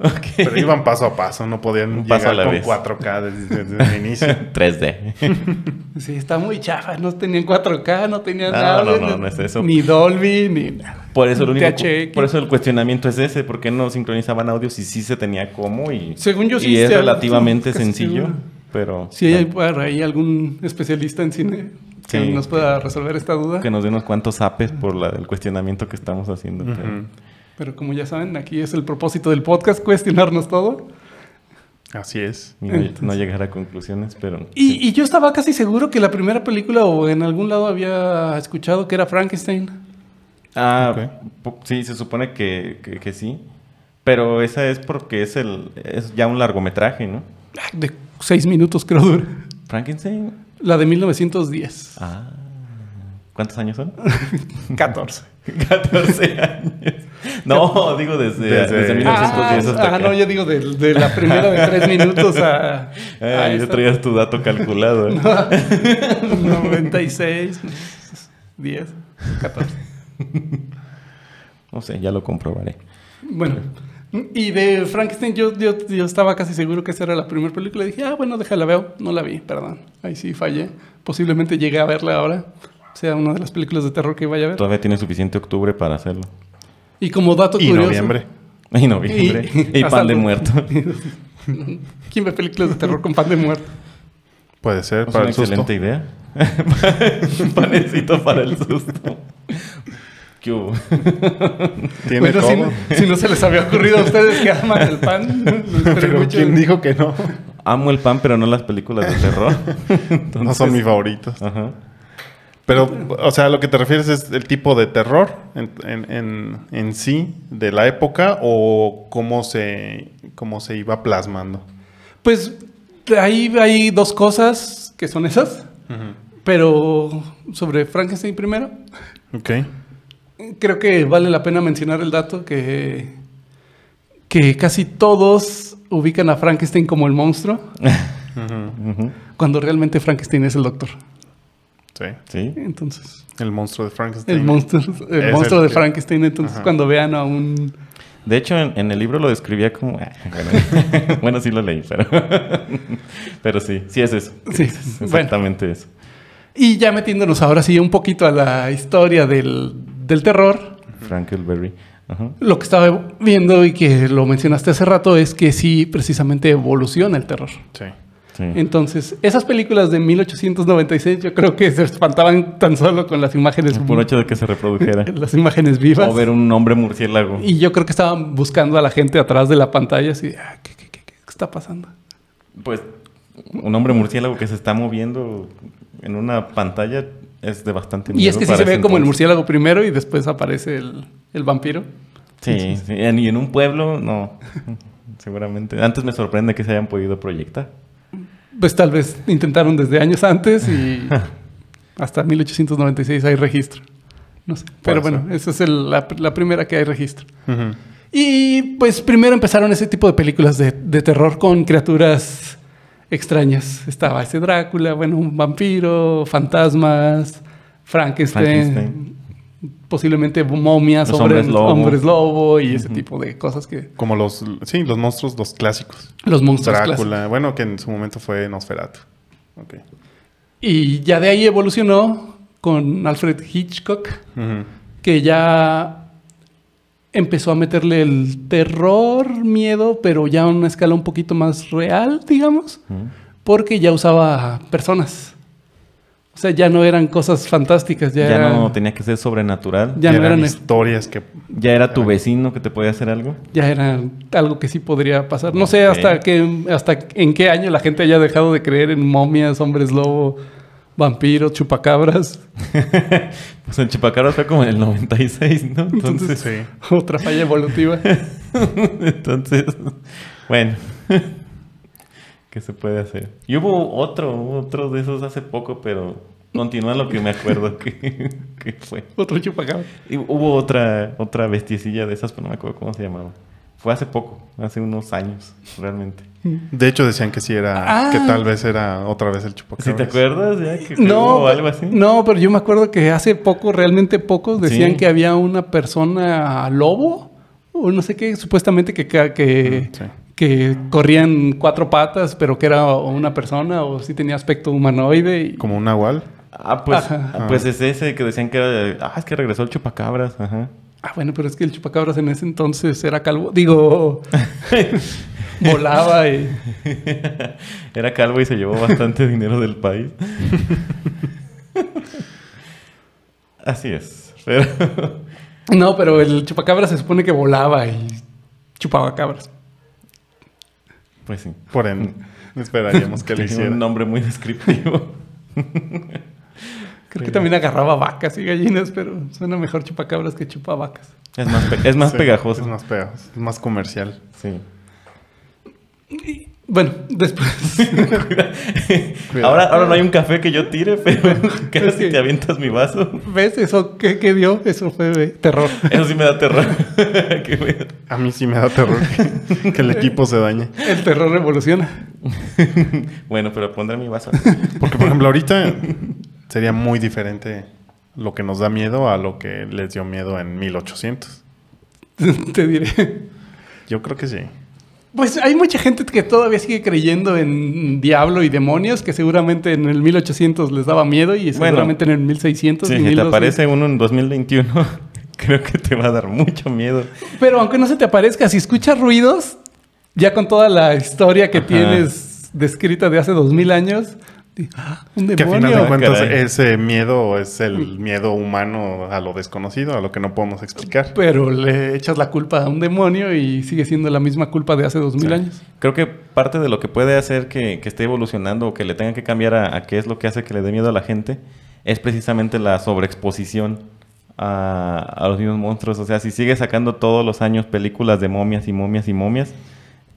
Ok. pero iban paso a paso, no podían Un paso llegar a la con vez. 4K desde, desde el inicio. 3D. Sí, está muy chafa. No tenían 4K, no tenían No, nada. no, no, no es eso. Ni Dolby, ni nada. Por eso, el único, THX. por eso el cuestionamiento es ese, ¿por qué no sincronizaban audios si sí se tenía cómo? Y, Según yo sí y es se- relativamente sí, casi sencillo, seguro. pero Si hay por ahí algún especialista en cine que Sí. nos pueda resolver esta duda. que nos dé unos cuantos apes por la- el cuestionamiento que estamos haciendo. pero- Ujú. Pero como ya saben, aquí es el propósito del podcast, cuestionarnos todo. Así es. y no- no llegar a conclusiones, pero... Y, y yo estaba casi seguro que la primera película o en algún lado había escuchado que era Frankenstein. Ah, Ok. po- sí, se supone que, que- que sí. Pero esa es porque es el es ya un largometraje, ¿no? Ah, De seis minutos creo dura. Frankenstein. La de 1910. Ah. ¿Cuántos años son? 14. 14 años. No, digo desde, Desde- desde, 1910 hasta ah, acá. no, yo digo de, de la primera de tres minutos a... Eh, a ya esta. traías tu dato calculado. ¿eh? 96, 10, 14. No sé, ya lo comprobaré. Bueno, y de Frankenstein yo, yo, yo estaba casi seguro que esa era la primera película. Dije, ah, bueno, déjala, veo. No la vi, perdón. Ahí sí fallé. Posiblemente llegué a verla ahora. Sea una de las películas de terror que vaya a ver. Todavía tiene suficiente octubre para hacerlo. Y como dato Y curioso... noviembre. Y noviembre. Y, hasta pan de el- muerto. ¿Quién ve películas de terror con pan de muerto? Puede ser, Es para una el susto. excelente idea. Un panecito para el susto. ¿Qué hubo? Tiene Bueno, todo. si no, si no se les había ocurrido a ustedes que aman el pan, no esperen Pero mucho. ¿quién dijo que no? Amo el pan, pero no las películas de terror. No son mis favoritos. Ajá. Pero, o sea, lo que te refieres es el tipo de terror en, en- en- en sí, de la época, o cómo se, cómo se iba plasmando. Pues ahí hay dos cosas que son esas, pero sobre Frankenstein primero, Ok. creo que vale la pena mencionar el dato que, que casi todos ubican a Frankenstein como el monstruo, Ujú. cuando realmente Frankenstein es el doctor. Sí. Sí. Entonces, El monstruo de Frankenstein. el monstruo, el Es monstruo el de que- Frankenstein, entonces Ajá. cuando vean a un... De hecho, en, en el libro lo describía como. Ah, Bueno, bueno, sí lo leí, pero. pero sí, sí es eso. Sí, Es bueno. Exactamente eso. Y ya metiéndonos ahora sí un poquito a la historia del, del terror, Frankelberry. Ajá. Lo que estaba viendo y que lo mencionaste hace rato es que sí, precisamente evoluciona el terror. Sí. Sí. Entonces, esas películas de 1896 yo creo que se espantaban tan solo con las imágenes, El puro hecho de que se reprodujera. las imágenes vivas. o ver un hombre murciélago. Y yo creo que estaban buscando a la gente atrás de la pantalla así, ah, ¿qué, qué, qué, qué está pasando? Pues, un hombre murciélago que se está moviendo en una pantalla es de bastante Y es miedo que sí para se ve ese como el entonces. murciélago primero y después aparece el, el vampiro. Sí, sí, en- y en un pueblo, no. Seguramente. Antes me sorprende que se hayan podido proyectar. Pues tal vez intentaron desde años antes y hasta 1896 hay registro. No sé. Pero Puede bueno, esa es el- la, la primera que hay registro. Ujú. Y pues primero empezaron ese tipo de películas de, de terror con criaturas extrañas. Estaba ese Drácula, bueno, un vampiro, fantasmas, Frankenstein, Frankenstein. posiblemente momias, Los hombres, hombres lobo. hombres lobo y ese tipo de cosas que Como los, sí, los monstruos, los clásicos. los monstruos Drácula. clásicos. Bueno, que en su momento fue Nosferatu. Ok. Y ya de ahí evolucionó con Alfred Hitchcock, Ujú. que ya empezó a meterle el terror, miedo, pero ya a una escala un poquito más real, digamos. ¿Mm? porque ya usaba personas. O sea, ya no eran cosas fantásticas, ya, Ya, era- no tenía que ser sobrenatural. Ya Y no eran eran- historias que... Ya era tu vecino que te podía hacer algo. ya era algo que sí podría pasar. No sé Ok. hasta qué, hasta en qué año la gente haya dejado de creer en momias, hombres lobo, vampiros, chupacabras. Pues el Chupacabras fue como en el 96, ¿no? Entonces, Sí. Otra falla evolutiva. entonces bueno. ¿Qué se puede hacer? Y hubo otro, hubo otro de esos hace poco, pero continúa lo que me acuerdo que, que fue. Otro chupacabra. Y hubo otra, otra bestiecilla de esas, pero no me acuerdo cómo se llamaba. Fue hace poco, hace unos años, realmente. De hecho, decían que sí era, Ah. que tal vez era otra vez el chupacabras. ¿Sí te acuerdas? ya? Que- que No, hubo algo así. no, pero yo me acuerdo que hace poco, realmente pocos, decían Sí. que había una persona lobo o no sé qué, supuestamente que, ca- que, Ah, Mm, sí. que corrían cuatro patas, pero que era una persona o sí tenía aspecto humanoide. y- Como un nahual. Ah, pues, Ajá. ah, pues es ese que decían que era. Ah, es que regresó el chupacabras. Ajá. Ah, bueno, pero es que el chupacabras en ese entonces era calvo, digo, volaba y... Era calvo y se llevó bastante dinero del país. Así es. Pero No, pero el chupacabras se supone que volaba y chupaba cabras. pues sí. Por ende, esperaríamos que lo Tenía hiciera. un nombre muy descriptivo. Creo que también agarraba vacas y gallinas, pero suena mejor chupacabras que chupa vacas. Es más, pe- es más Sí, pegajoso. Es más pegajoso. Es más comercial. Sí. Y, bueno, después... Cuidado. Ahora, ahora no hay un café que yo tire, pero casi Es que- te avientas mi vaso. ¿Ves eso? ¿Qué, qué dio? Eso fue de terror. Eso sí me da terror. Qué miedo. A mí sí me da terror que, que el equipo se dañe. El terror revoluciona. bueno, pero pondré mi vaso. Porque, por ejemplo, ahorita sería muy diferente lo que nos da miedo a lo que les dio miedo en 1800. Te diré. Yo creo que sí. Pues hay mucha gente que todavía sigue creyendo en diablo y demonios, que seguramente en el 1800 les daba miedo y Bueno. seguramente en el 1600. Sí, y si te 1200. aparece uno en 2021, creo que te va a dar mucho miedo. Pero aunque no se te aparezca, si escuchas ruidos, ya con toda la historia que Ajá. tienes descrita de hace 2000 años, di- ¡Ah, un Que a final de demonio. cuentas- cuentas Caray. ese miedo es el miedo humano a lo desconocido, a lo que no podemos explicar. Pero le echas la culpa a un demonio y sigue siendo la misma culpa de hace 2000 Sí. años. Creo que parte de lo que puede hacer que, que esté evolucionando o que le tengan que cambiar a, a qué es lo que hace que le dé miedo a la gente es precisamente la sobreexposición a, a los mismos monstruos. O sea, si sigues sacando todos los años películas de momias y momias y momias,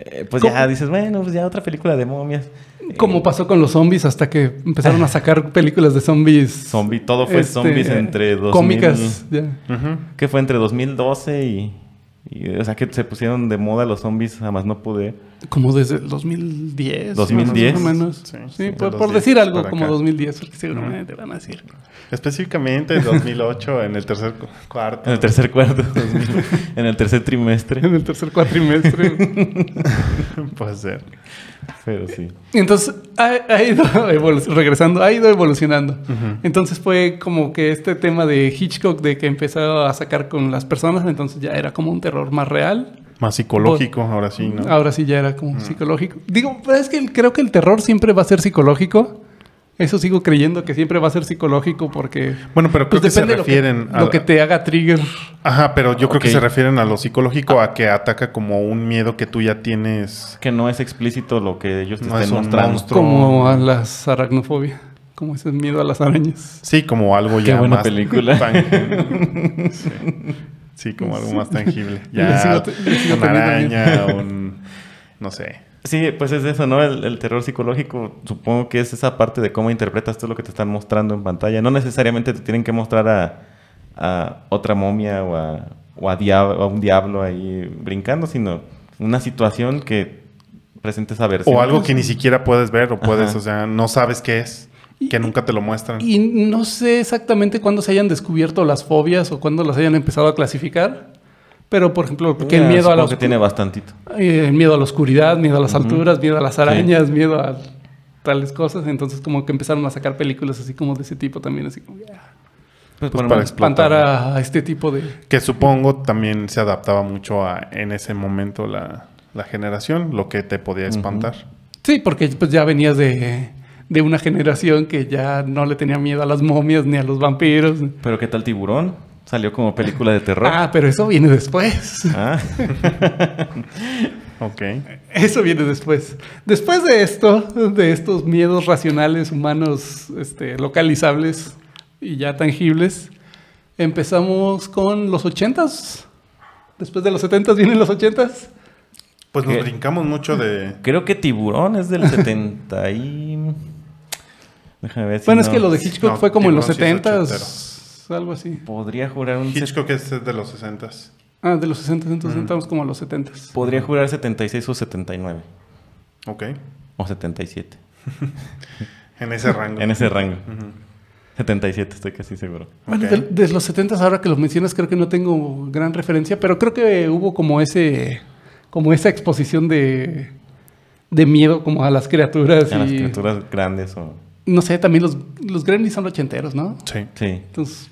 eh, pues ya ¿Cómo? dices, bueno, pues ya otra película de momias. Eh, Como pasó con los zombies hasta que empezaron a sacar películas de zombies. Zombie, todo fue este, zombies entre dos Cómicas. ya. Pues, Ujú. que fue entre 2012 y, y, o sea que se pusieron de moda los zombies a más no poder Como desde el 2010. 2010. Más o menos. Sí, Sí, sí, por, de los por 10 decir algo para como acá. 2010, porque seguramente te van a decir. Específicamente en 2008, en el tercer cu- cuarto. en el tercer cuarto en el tercer trimestre En el tercer cuatrimestre. Puede ser. pero sí Entonces, ha, ha ido evolu- regresando, ha ido evolucionando. Entonces fue como que este tema de Hitchcock, de que empezaba a sacar con las personas, entonces ya era como un terror más real. Más psicológico, Pues, ahora sí, ¿no? Mm. Ahora sí ya era como psicológico. Digo, pues, es que el- creo que el terror siempre va a ser psicológico. Eso sigo creyendo que siempre va a ser psicológico porque Bueno, pero creo pues, que se depende lo refieren lo que te haga trigger. Ajá, pero yo creo que Ok. se refieren a lo psicológico, a que ataca como un miedo que tú ya tienes. que no es explícito lo que ellos te No estén es un mostrando monstruo. Como a las aracnofobia, como ese miedo a las arañas. Sí, como algo Qué ya buena más película. tangible. sí. Sí, como algo más tangible. Le sigo Ya te- le sigo una teniendo araña, un no sé. sí pues es eso no el, el terror psicológico supongo que es esa parte de cómo interpretas tú lo que te están mostrando en pantalla no necesariamente te tienen que mostrar a, a otra momia o a o a, diab- a un diablo ahí brincando sino una situación que presente esa versión O algo que ni siquiera puedes ver o puedes, Ajá. o sea, no sabes qué es, que nunca te lo muestran. Y no sé exactamente cuándo se hayan descubierto las fobias o cuándo las hayan empezado a clasificar. Pero, por ejemplo, que Ah, el Ya, miedo a la supongo que tiene bastantito Eh, miedo a la oscuridad, miedo a las Ujú. alturas, miedo a las arañas, miedo a tales cosas. Entonces, como que empezaron a sacar películas así como de ese tipo también, así como ah, Pues, Pues por para más- espantar a, a este tipo de. Que supongo también se adaptaba mucho a en ese momento la, la generación, lo que te podía espantar. Sí, porque pues ya venías de, de una generación que ya no le tenía miedo a las momias ni a los vampiros. Pero ¿qué tal Tiburón? Salió como película de terror. Ah, pero eso viene después. Ah. Ok. Eso viene después. Después de esto, de estos miedos racionales, humanos, este, localizables y ya tangibles, empezamos con los ochentas. Después de los setentas vienen los ochentas. Pues nos ¿Qué? brincamos mucho de... Creo que Tiburón es del 70 y... Déjame ver si Bueno, es no- que lo de Hitchcock No, fue como en los Tiburón sí es 70s, algo así. Podría jurar un... set- Hitchcock es de los 60 Ah, de los 60, entonces entramos como a los 70s. Podría jurar 76 o 79. Ok. O 77. En ese rango. En ese rango. Ujú. 77, estoy casi seguro. Bueno, Ok. de, de los 70s, ahora que los mencionas, creo que no tengo gran referencia, pero creo que hubo como ese, como esa exposición de, de miedo como a las criaturas. A las y- criaturas grandes o... No sé, también los, los Gremlins son ochenteros, ¿no? Sí. Sí. Entonces,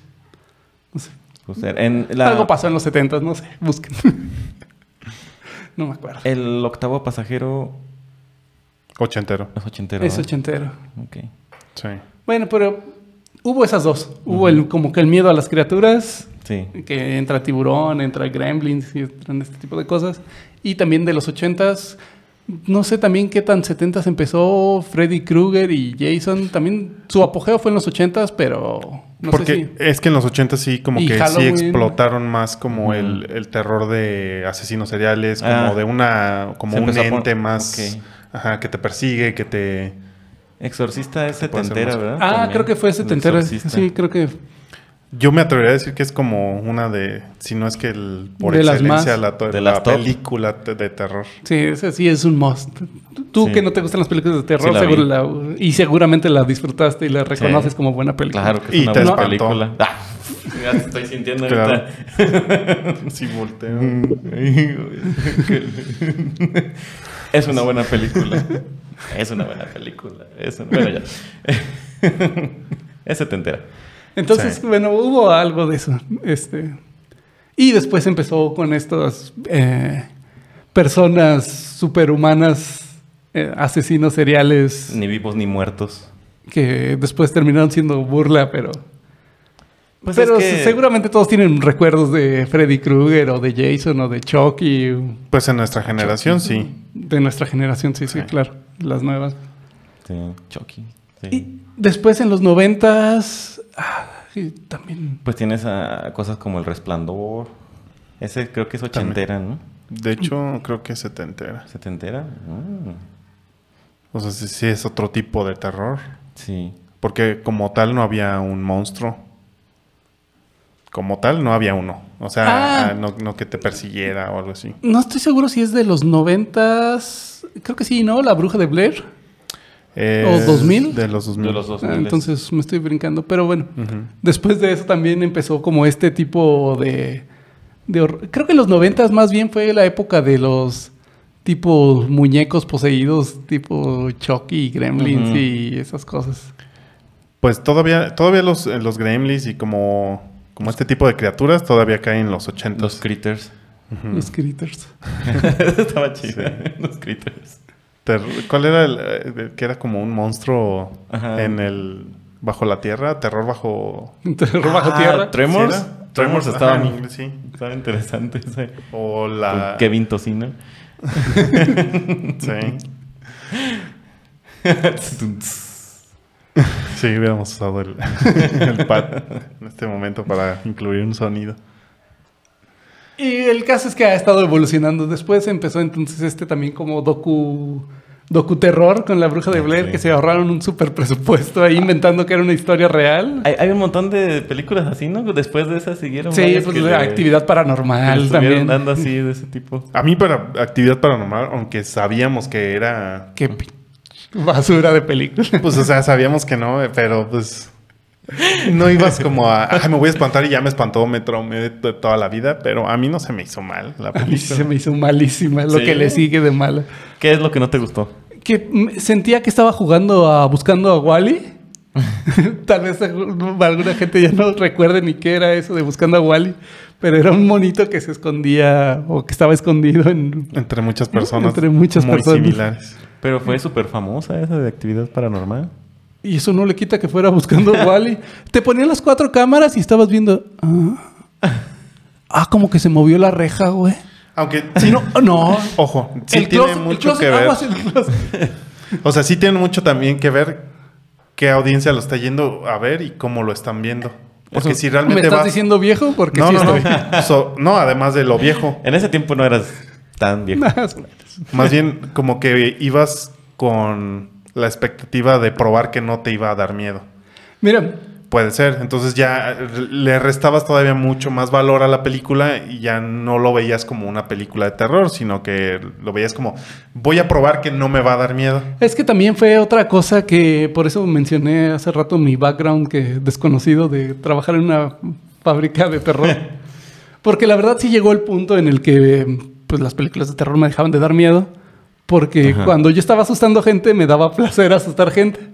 no sé. pues, en la- Algo pasó en los 70, no sé, busquen. no me acuerdo. El octavo pasajero Ochentero. es ochentero. Es ¿verdad? ochentero. Ok. Sí. Bueno, pero hubo esas dos. Hubo el, como que el miedo a las criaturas, Sí. que entra tiburón, entra gremlins y entran este tipo de cosas. Y también de los 80s, no sé también qué tan 70s empezó Freddy Krueger y Jason. También su apogeo fue en los 80s, pero no Porque sé si... es que en los 80 sí, como Y que sí Halloween. explotaron más como Ujú. el, el terror de asesinos seriales, como Ah. de una, como Se un empezó a pon- ente más Ok. ajá, que te persigue, que te Exorcista es Se puede hacer setentera, más. ¿verdad? Ah, También. creo que fue El 70 Exorcista. Sí, creo que yo me atrevería a decir que es como una de, si no es que el por De las excelencia más. la, to- De la las top. película te- de terror. sí, ese sí es un must. Tú Sí. que no te gustan las películas de terror, Sí, la seguro vi. la- y seguramente la disfrutaste y la reconoces como buena película. Claro que es Y una te buena espantó. película. Ah, ya te estoy sintiendo Claro. ahorita. Sí, volteo. Mm, es una buena película. Es una buena película. Es una- Bueno, ya. es setentera. Entonces, Sí. bueno, hubo algo de eso. Este. Y después empezó con estas eh, personas superhumanas, eh, asesinos seriales, Ni vivos ni muertos. que después terminaron siendo burla, pero. Pues pero es que- seguramente todos tienen recuerdos de Freddy Krueger o de Jason o de Chucky, Pues en nuestra generación sí. de nuestra generación, sí, sí, Sí. claro, las nuevas. Sí, Chucky. sí. Y después en los noventas, ah, y también Pues tienes a cosas como El Resplandor. Ese creo que es ochentera, ¿no? De hecho, creo que setentera. ¿Setentera? Mm, O sea, sí, sí es otro tipo de terror. Sí. Porque como tal no había un monstruo. Como tal no había uno. O sea, Ah. ah, no, no que te persiguiera o algo así. No estoy seguro si es de los noventas. Creo que sí, ¿no? La bruja de Blair. Es 2000? De los 2000. De los dos. Ah, entonces me estoy brincando. Pero bueno, después de eso también empezó como este tipo de... de horror. Creo que los noventas más bien fue la época de los tipo muñecos poseídos, tipo Chucky, Gremlins Ujú. y esas cosas. Pues todavía, todavía los, eh, los gremlins y como, como este tipo de criaturas todavía caen en los 80. Los Critters. Los critters. Estaba chido. Los Critters. Ter- ¿Cuál era el, eh, el que era como un monstruo Ajá. en el bajo la tierra? Terror bajo Terror Ah, bajo tierra. ¿Tremors? ¿sí era? Tremors Ajá, estaba, en inglés, sí. estaba interesante ese. O la Ah. Con Kevin Tocino. Sí. Sí, hubiéramos usado el, el pad en este momento para incluir un sonido. Y el caso es que ha estado evolucionando. Después empezó entonces este también como docu docu terror con la bruja de Blair Sí. que se ahorraron un super presupuesto ahí inventando que era una historia real. hay, hay un montón de películas así, ¿no? Después de esas siguieron. Sí, varias pues que la le- actividad que le paranormal estuvieron también. dando así de ese tipo. A mí para actividad paranormal, aunque sabíamos que era... Qué pi- basura de película. Pues, o sea, sabíamos que no, eh, pero pues... No ibas como a... Ay, me voy a espantar y ya me espantó me traumé de toda la vida, pero a mí no se me hizo mal la A mí sí se película. me hizo malísima lo Sí. que le sigue de mala. ¿Qué es lo que no te gustó? Que mm, sentía que estaba jugando a buscando a Wally. Tal vez algún- alguna gente ya no recuerde ni qué era eso de buscando a Wally, pero era un monito que se escondía o que estaba escondido en Entre muchas personas. Entre muchas muy personas. similares. Pero fue súper famosa esa de actividad paranormal. y eso no le quita que fuera buscando a Wally. Te ponían las cuatro cámaras y estabas viendo ah, ah, como que se movió la reja, güey. Aunque... Sí, no, ah, no. Ojo, sí tiene closet- el mucho closet, que ver. aguas, el closet. O sea, sí tiene mucho también que ver qué audiencia lo está yendo a ver y cómo lo están viendo. Porque Eso, si realmente ¿Me estás vas... diciendo viejo? Porque no, sí no, estoy. no. So- no, además de lo viejo. En ese tiempo no eras tan viejo. Más o menos. Más bien como que ibas con la expectativa de probar que no te iba a dar miedo. Mira, Puede ser. Entonces ya le restabas todavía mucho más valor a la película y ya no lo veías como una película de terror, sino que lo veías como voy a probar que no me va a dar miedo. es que también fue otra cosa que por eso mencioné hace rato mi background que desconocido de trabajar en una fábrica de terror. Porque la verdad sí llegó el punto en el que pues las películas de terror me dejaban de dar miedo. Porque Ajá. cuando yo estaba asustando gente, me daba placer asustar gente.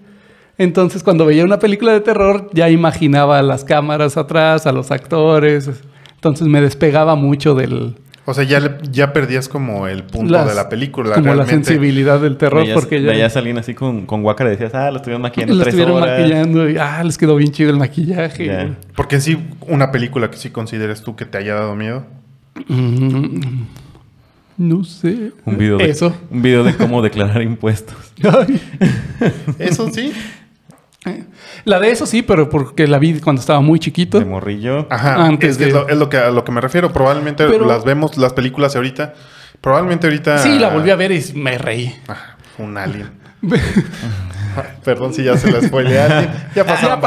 Entonces, cuando veía una película de terror, ya imaginaba las cámaras atrás, a los actores. Entonces, me despegaba mucho del, O sea, ya, le- ya perdías como el punto las- de la película. Como la realmente. sensibilidad del terror, veías, porque ya veías a alguien así con, con guácara y decías, ah, lo estuvieron maquillando lo tres estuvieron horas. maquillando y ah, les quedó bien chido el maquillaje. Ya. Porque en sí, una película que sí consideres tú que te haya dado miedo. Mm, no sé. Un video de, Eso. Un video de cómo declarar impuestos. Ay. Eso sí. La de eso sí, pero porque la vi cuando estaba muy chiquito. De morrillo. Ajá. Antes es, que de- es lo, es lo que, a lo que me refiero. Probablemente Pero- las vemos, las películas ahorita. Probablemente ahorita. Sí, Ah. la volví a ver y me reí. Ah, un alien. Perdón si ya se la spoileé a alguien. Ya pasaron. Ya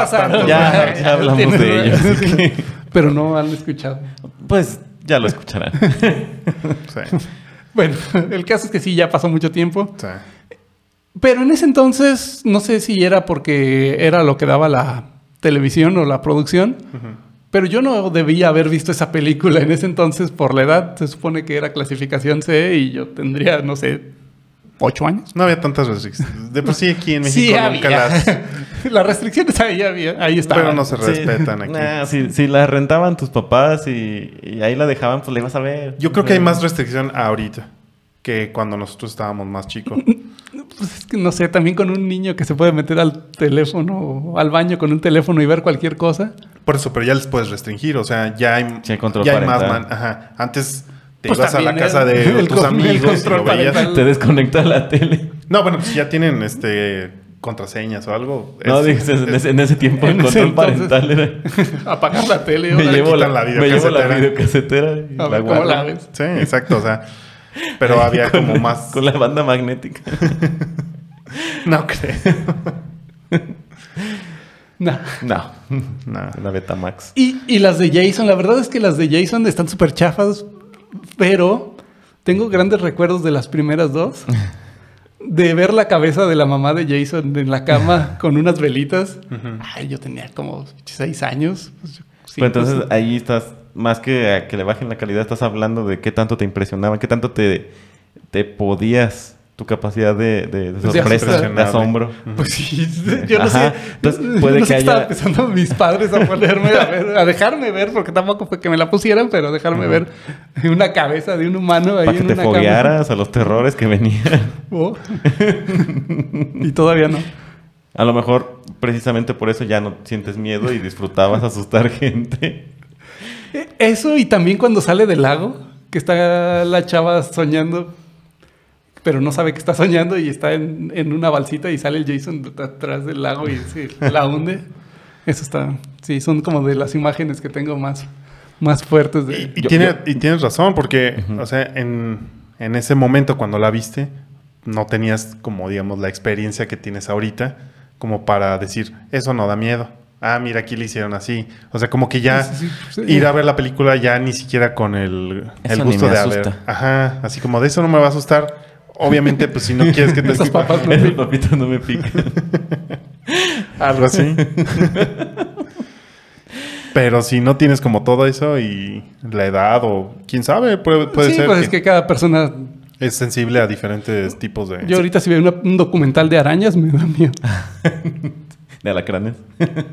pasaron. bastantes, Ya, ¿no? ya hablamos Tienes de ellos. razón. así que, Pero no han escuchado. pues ya lo escucharán. Sí, Bueno, el caso es que sí, ya pasó mucho tiempo. sí. Pero en ese entonces, no sé si era porque era lo que daba la televisión o la producción, pero yo no debía haber visto esa película en ese entonces por la edad. Se supone que era clasificación C y yo tendría, no sé, ocho años. No había tantas restricciones. De por sí aquí en México nunca había. las. Las restricciones ahí había, ahí estaban. Pero no se respetan Sí. aquí. Nah, si, si la rentaban tus papás y, y ahí la dejaban, pues la ibas a ver. Yo creo que hay más restricción ahorita que cuando nosotros estábamos más chicos. Pues es que no sé, también con un niño que se puede meter al teléfono o al baño con un teléfono y ver cualquier cosa. Por eso, pero ya les puedes restringir, o sea, ya hay, Sí, hay control ya hay más parental. man- ajá. Antes te Pues ibas a la también casa el- de el tus con- el amigos y control lo veías. parental. Te desconecta la tele. No, bueno, pues ya tienen este contraseñas o algo. no, Es- dices, en, es- ese, en ese tiempo en el ese control entonces- parental era... Apagar la tele. Me ahora llevo la, quitan la me llevo la videocasetera. videocasetera y A la ver cómo guardo. la ves. Sí, exacto, o sea. Pero había Con- como más. Con la banda magnética. No creo. Nah. No. No. La Betamax. Y, y las de Jason, la verdad es que las de Jason están súper chafas, pero tengo grandes recuerdos de las primeras dos. De ver la cabeza de la mamá de Jason en la cama con unas velitas. Ay, yo tenía como seis años. pues, yo- Pero cinco, entonces seis. ahí estás, más que a que le bajen la calidad, estás hablando de qué tanto te impresionaba, qué tanto te, te podías, tu capacidad de, de- de De sorpresa, de impresionable. asombro. Pues sí, yo no Ajá. sé. Entonces, yo puede no sé que qué haya- Estaba pensando mis padres a ponerme a ver, a dejarme ver, porque tampoco fue que me la pusieran, pero dejarme ver una cabeza de un humano ahí Para que en te una cama. foguearas a los terrores que venían. Oh. y todavía no. A lo mejor precisamente por eso ya no sientes miedo y disfrutabas asustar gente. Eh, Eso y también cuando sale del lago, que está la chava soñando, pero no sabe que está soñando y está en, en una balsita y sale el Jason de- atrás del lago y se la hunde. Eso está, sí, son como de las imágenes que tengo más, más fuertes. Y, De, y Yo- tiene- yo- y tienes razón, porque, o sea, en, en ese momento cuando la viste, no tenías como, digamos, la experiencia que tienes ahorita, como para decir, eso no da miedo. Ah, mira, aquí le hicieron así. O sea, como que ya Sí, sí, sí. ir a ver la película ya ni siquiera con el, el Eso ni gusto me de haber. asusta. Ajá, así como de eso no me va a asustar. Obviamente, pues si no quieres que te Esas escupa- papas no El papito no me pica. algo así. Pero si no tienes como todo eso y la edad o quién sabe, puede, puede sí, ser. pues que- es que cada persona. Es sensible a diferentes tipos de... Yo ahorita si veo una- un documental de arañas me da miedo. De alacranes.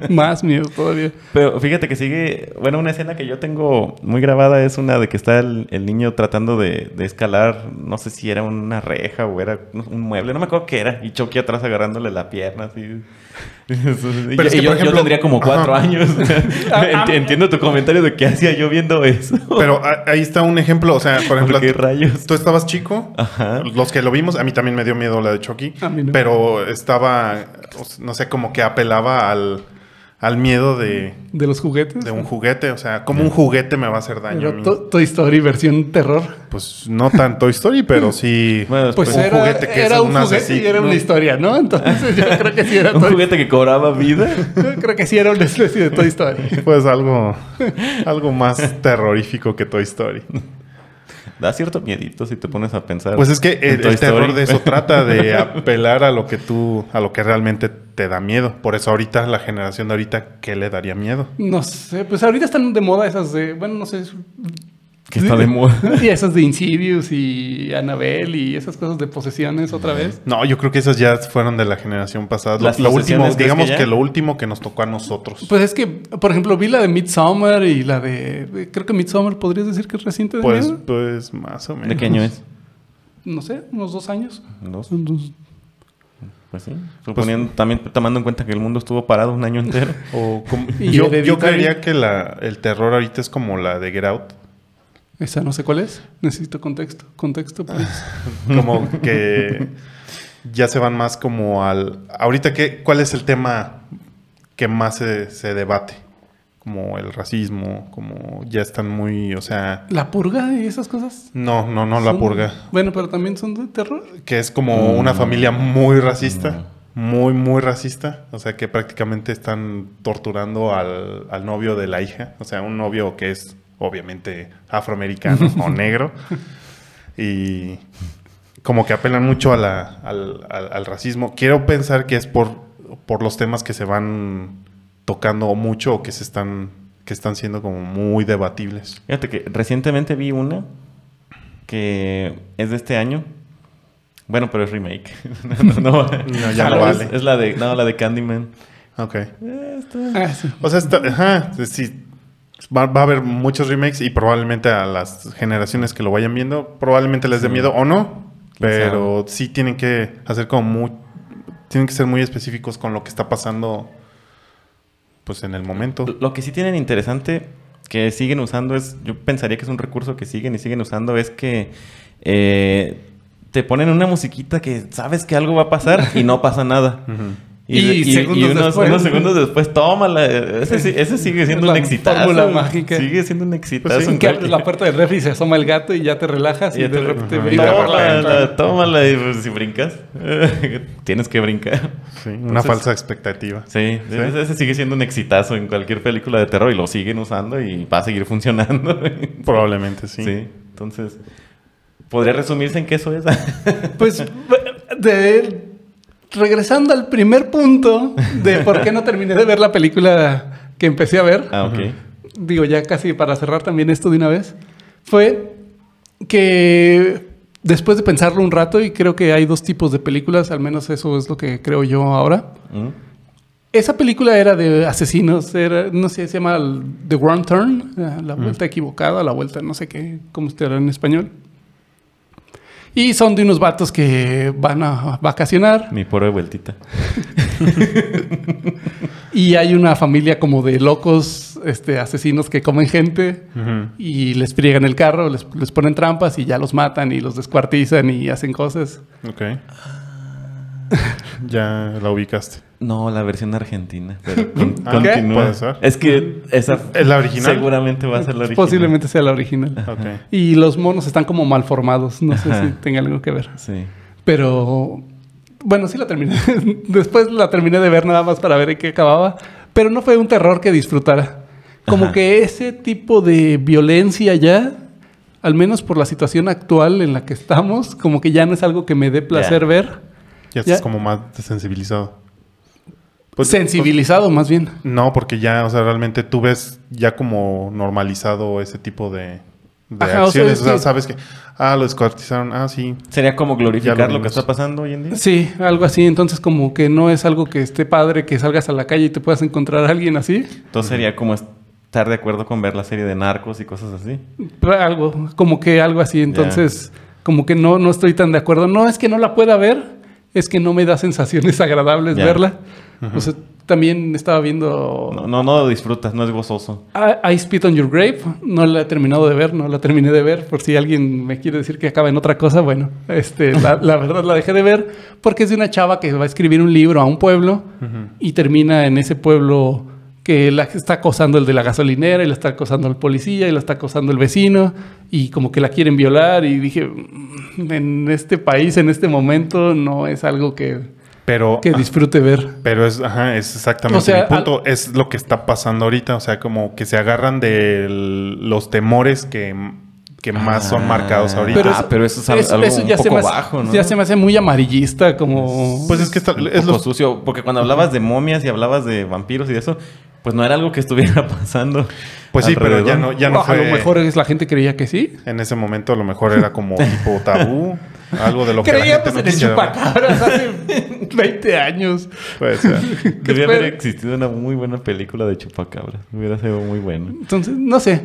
Más miedo todavía. Pero fíjate que sigue, bueno, una escena que yo tengo muy grabada es una de que está el, el niño tratando de, de escalar, no sé si era una reja o era un mueble, no me acuerdo qué era, y Chucky atrás agarrándole la pierna, así. Y yo, es que, y yo- por yo ejemplo, tendría como cuatro ajá. Ah, años. Ent- entiendo tu comentario de qué hacía yo viendo eso. Pero a- ahí está un ejemplo, o sea, por ejemplo, ¿Por qué tú, rayos? tú estabas chico, Ajá. los que lo vimos, a mí también me dio miedo la de Chucky, A mí no. pero estaba, o sea, no sé, como que apelaba al, al miedo de, de los juguetes. de un juguete. O sea, ¿cómo un juguete me va a hacer daño a Era mí? To- Toy Story versión terror. Pues no tanto Story, pero sí. Bueno, después- Pues un era, juguete que es era un un juguete y asesino. era una historia, ¿no? Entonces yo creo que sí era Un Toy- juguete que cobraba vida. yo creo que sí era una especie de Toy Story. Pues algo, algo más terrorífico que Toy Story. Da cierto miedito si te pones a pensar. Pues es que el, Toy el terror Story. de eso trata de apelar a lo que tú, a lo que realmente te da miedo. Por eso ahorita la generación de ahorita, ¿qué le daría miedo? No sé, pues ahorita están de moda esas de, bueno, no sé. es- Que está de moda. Y esas de Insidious y Annabelle y esas cosas de posesiones otra vez. No, yo creo que esas ya fueron de la generación pasada. Lo, Las lo último, posesiones, ¿crees digamos que que, ya? lo último que nos tocó a nosotros. Pues es que, por ejemplo, vi la de Midsommar y la de, de- creo que Midsommar podrías decir que es reciente de Pues, miedo? pues más o menos. ¿De qué año es? No sé, unos dos años. Dos. Unos- Pues sí. Suponiendo, también tomando en cuenta que el mundo estuvo parado un año entero. O como- Y yo, Hereditary. yo creería que la, el terror ahorita es como la de Get Out. Esa no sé cuál es. Necesito contexto. Contexto, pues. please. Como que ya se van más como al... Ahorita, ¿qué, ¿cuál es el tema que más se, se debate? Como el racismo, como ya están muy... O sea... ¿La purga y esas cosas? No, no, no, la Son- purga. Bueno, pero también son de terror. Que es como una familia muy racista. Muy, muy racista. O sea, que prácticamente están torturando al, al novio de la hija. O sea, un novio que es obviamente afroamericano o negro. Y como que apelan mucho a la, al, al- al racismo. Quiero pensar que es por, por los temas que se van tocando mucho o que se están, que están siendo como muy debatibles. Fíjate que recientemente vi una que es de este año. Bueno, pero es remake. no, no, No, ya no Es- vale. Es la de, no, la de Candyman. Ok. Eh, está- Ah, sí. O sea, está- ajá, sí, va, va a haber muchos remakes y probablemente a las generaciones que lo vayan viendo, probablemente les dé Sí. miedo o no, Quién pero sí tienen que hacer como muy, tienen que ser muy específicos con lo que está pasando, pues en el momento. Lo que sí tienen interesante que siguen usando es, yo pensaría que es un recurso que siguen y siguen usando, es que eh, te ponen una musiquita que sabes que algo va a pasar y no pasa nada. Ujú. Y segundos unos, después. unos segundos después, tómala. Ese, sí- ese sigue siendo La un exitazo. fórmula mágica. Sigue siendo un exitazo. Pues sí, en Que abres cualquier- la puerta del refri y se asoma el gato y ya te relajas y, Y ya de te- repente Ajá. ve- Y de Tómala, repente. tómala y pues, si brincas, tienes que brincar. Sí, una Entonces- falsa expectativa. Sí, Sí. Ese, ese sigue siendo un exitazo en cualquier película de terror y lo siguen usando y va a seguir funcionando. Probablemente sí. Sí. Entonces, podría resumirse en que eso es. Pues de- regresando al primer punto de por qué no terminé de ver la película que empecé a ver, ah, ok. digo ya casi para cerrar también esto de una vez, fue que después de pensarlo un rato, y creo que hay dos tipos de películas, al menos eso es lo que creo yo ahora, Mm. esa película era de asesinos, era, no sé, se llama el- The Wrong Turn, eh, Mm. la vuelta equivocada, la vuelta no sé qué, cómo se dirá en español. Y son de unos vatos que van a vacacionar Mi pobre vueltita. y hay una familia como de locos, este, asesinos que comen gente Ujú. y les friegan el carro, les, les ponen trampas y ya los matan y los descuartizan y hacen cosas. Ok. Ah. ya la ubicaste. No, la versión argentina. Pero con- Ah, continúa. ¿qué? Puede ser. Mm. Es que esa. ¿Es la original? Seguramente va a ser la original. Ah. Posiblemente sea la original. Ok. Y los monos están como mal formados, no sé Ajá. si tenga algo que ver. Sí. Pero bueno, sí la terminé. Después la terminé de ver nada más para ver en qué acababa. Pero no fue un terror que disfrutara. Como Ajá. que ese tipo de violencia ya, al menos por la situación actual en la que estamos, como que ya no es algo que me dé placer Ya. ver. Ya estás Ya. como más desensibilizado. Pues, Pues, Sensibilizado más bien. No, porque ya, o sea, realmente tú ves ya como normalizado ese tipo de, de Ajá, o sea, acciones. es O sea, que- sabes que, ah, lo descuartizaron, ah, sí. Sería como Ya glorificar lo lo, que vimos. está pasando hoy en día. Sí, algo así. Entonces como que no es algo que esté padre que salgas a la calle y te puedas encontrar a alguien así. Entonces sería como estar de acuerdo con ver la serie de narcos y cosas así. Algo, como que algo así. Entonces, como que no, no estoy tan de acuerdo. No es que no la pueda ver, es que no me da sensaciones agradables Ya. verla. O sea, también estaba viendo No, no, no lo disfrutas, no es gozoso. I, I Spit on Your Grave. No la he terminado de ver, no la terminé de ver. Por si alguien me quiere decir que acaba en otra cosa, bueno, este, la, la verdad la dejé de ver porque es de una chava que va a escribir un libro a un pueblo y termina en ese pueblo que la está acosando el de la gasolinera y la está acosando el policía y la está acosando el vecino y como que la quieren violar y dije, "Mm, en este país, en este momento, no es algo que, Pero, que ah, disfrute ver. pero es, ajá, es exactamente O sea, mi punto. Es lo que está pasando ahorita. O sea, como que se agarran de los temores que, que más son marcados ahorita. Pero Ah, eso es al- algo un ya se poco me hace- bajo, ¿no? Ya se me hace muy amarillista, como... pues es que está- Un es poco lo sucio, porque cuando hablabas de momias y hablabas de vampiros y de eso, pues no era algo que estuviera pasando. Pues sí, pero ya alrededor. no, ya no Ah, a fue. lo mejor es la gente creía que sí. En ese momento a lo mejor era como tipo tabú, algo de lo que la gente Creíamos no pues, en el quisiera ver. chupacabras hace 20 años. Puede ser. Debía haber espera? existido una muy buena película de chupacabras. Hubiera sido muy buena. Entonces, no sé.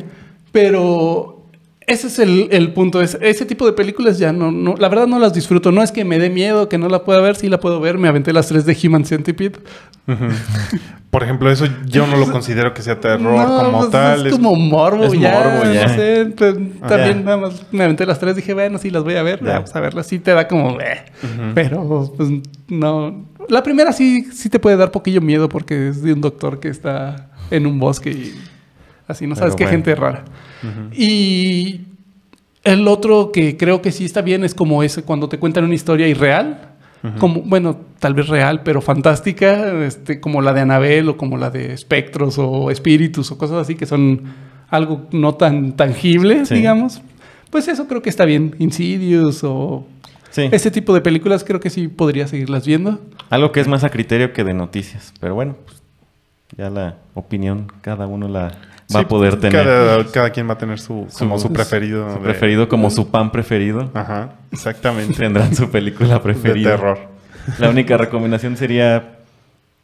Pero ese es el, el punto. Es, ese tipo de películas ya no, no... La verdad no las disfruto. No es que me dé miedo, que no la pueda ver. Sí la puedo ver. Me aventé las tres de Human Centipede. Por ejemplo, eso yo no lo considero que sea terror No, como pues, tal. Es es- como morbo, es ya. morbo, ya. No sé, t- Ah, también ya. nada más me aventé las tres. Dije, bueno, sí las voy a ver. Ya. Vamos a verlas. Sí te da como... eh, Pero, pues, no... La primera sí, sí te puede dar poquillo miedo porque es de un doctor que está en un bosque y así. No Pero sabes qué bueno. gente rara. Y... El otro que creo que sí está bien es como ese cuando te cuentan una historia irreal, como bueno, tal vez real, pero fantástica, este, como la de Anabel o como la de espectros o espíritus o cosas así que son algo no tan tangible, Sí. digamos. Pues eso creo que está bien. Insidious o Sí. ese tipo de películas creo que sí podría seguirlas viendo. Algo que es más a criterio que de noticias. Pero bueno, pues, ya la opinión cada uno la va sí, pues, a poder tener. Cada, cada quien va a tener su, Su- como su su- preferido. Su de- preferido como su pan preferido. Ajá, exactamente. Tendrán su película de preferida. terror. La única recomendación sería,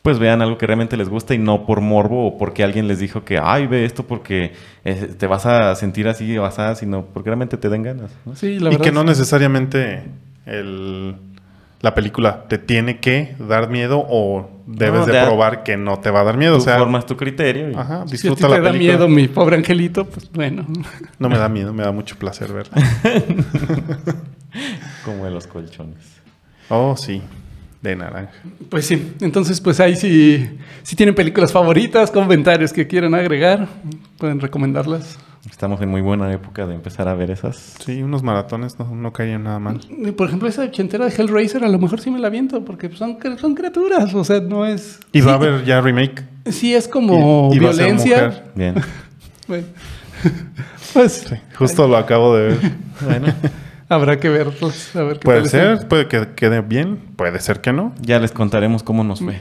pues vean algo que realmente les gusta y no por morbo o porque alguien les dijo que, ay, ve esto porque eh, te vas a sentir así o asá, sino porque realmente te den ganas. ¿no? Sí, la y verdad. que no necesariamente el, la película te tiene que dar miedo o debes No, de da- probar que no te va a dar miedo. Tú o sea, formas tu criterio. y- ajá, si a ti disfruta te la da película. miedo mi pobre angelito, pues bueno. No me da miedo, me da mucho placer verla. Como en los colchones. Oh, sí, de naranja. Pues sí, entonces pues ahí sí, si tienen películas favoritas, comentarios que quieran agregar, pueden recomendarlas. Estamos en muy buena época de empezar a ver esas. Sí, unos maratones no, no caerían nada mal. Por ejemplo, esa ochentera de Hellraiser a lo mejor sí me la viento porque pues, son, cri- son criaturas, o sea, no es... Y sí, va a haber ya remake. Sí es como y- y va a ser violencia. mujer. Bien. Bueno, pues Sí, justo lo acabo de ver. Bueno, habrá que verlas. A ver qué Puede tal ser, están. puede que quede bien, puede ser que no. ya les contaremos cómo nos fue.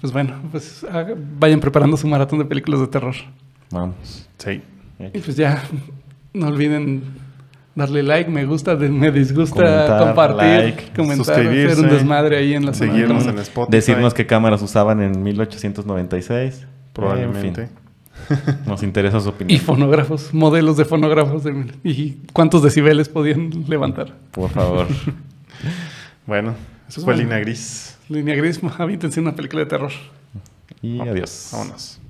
Pues bueno, pues haga- vayan preparando su maratón de películas de terror. Vamos. Sí. Y pues ya, no olviden darle like, me gusta, de- me disgusta, Comentar, compartir, like, comentar, hacer suscribirse, un desmadre ahí en la zona de Seguirnos comentarios. en Spotify. Decirnos qué cámaras usaban en 1896. Probablemente. En fin, nos interesa su este Y opinión. fonógrafos, modelos de fonógrafos de- y cuántos decibeles podían levantar. Por favor. Bueno, eso Pues fue bueno. Lina Gris. Línea gris, avítense una película de terror. Y adiós. Vámonos.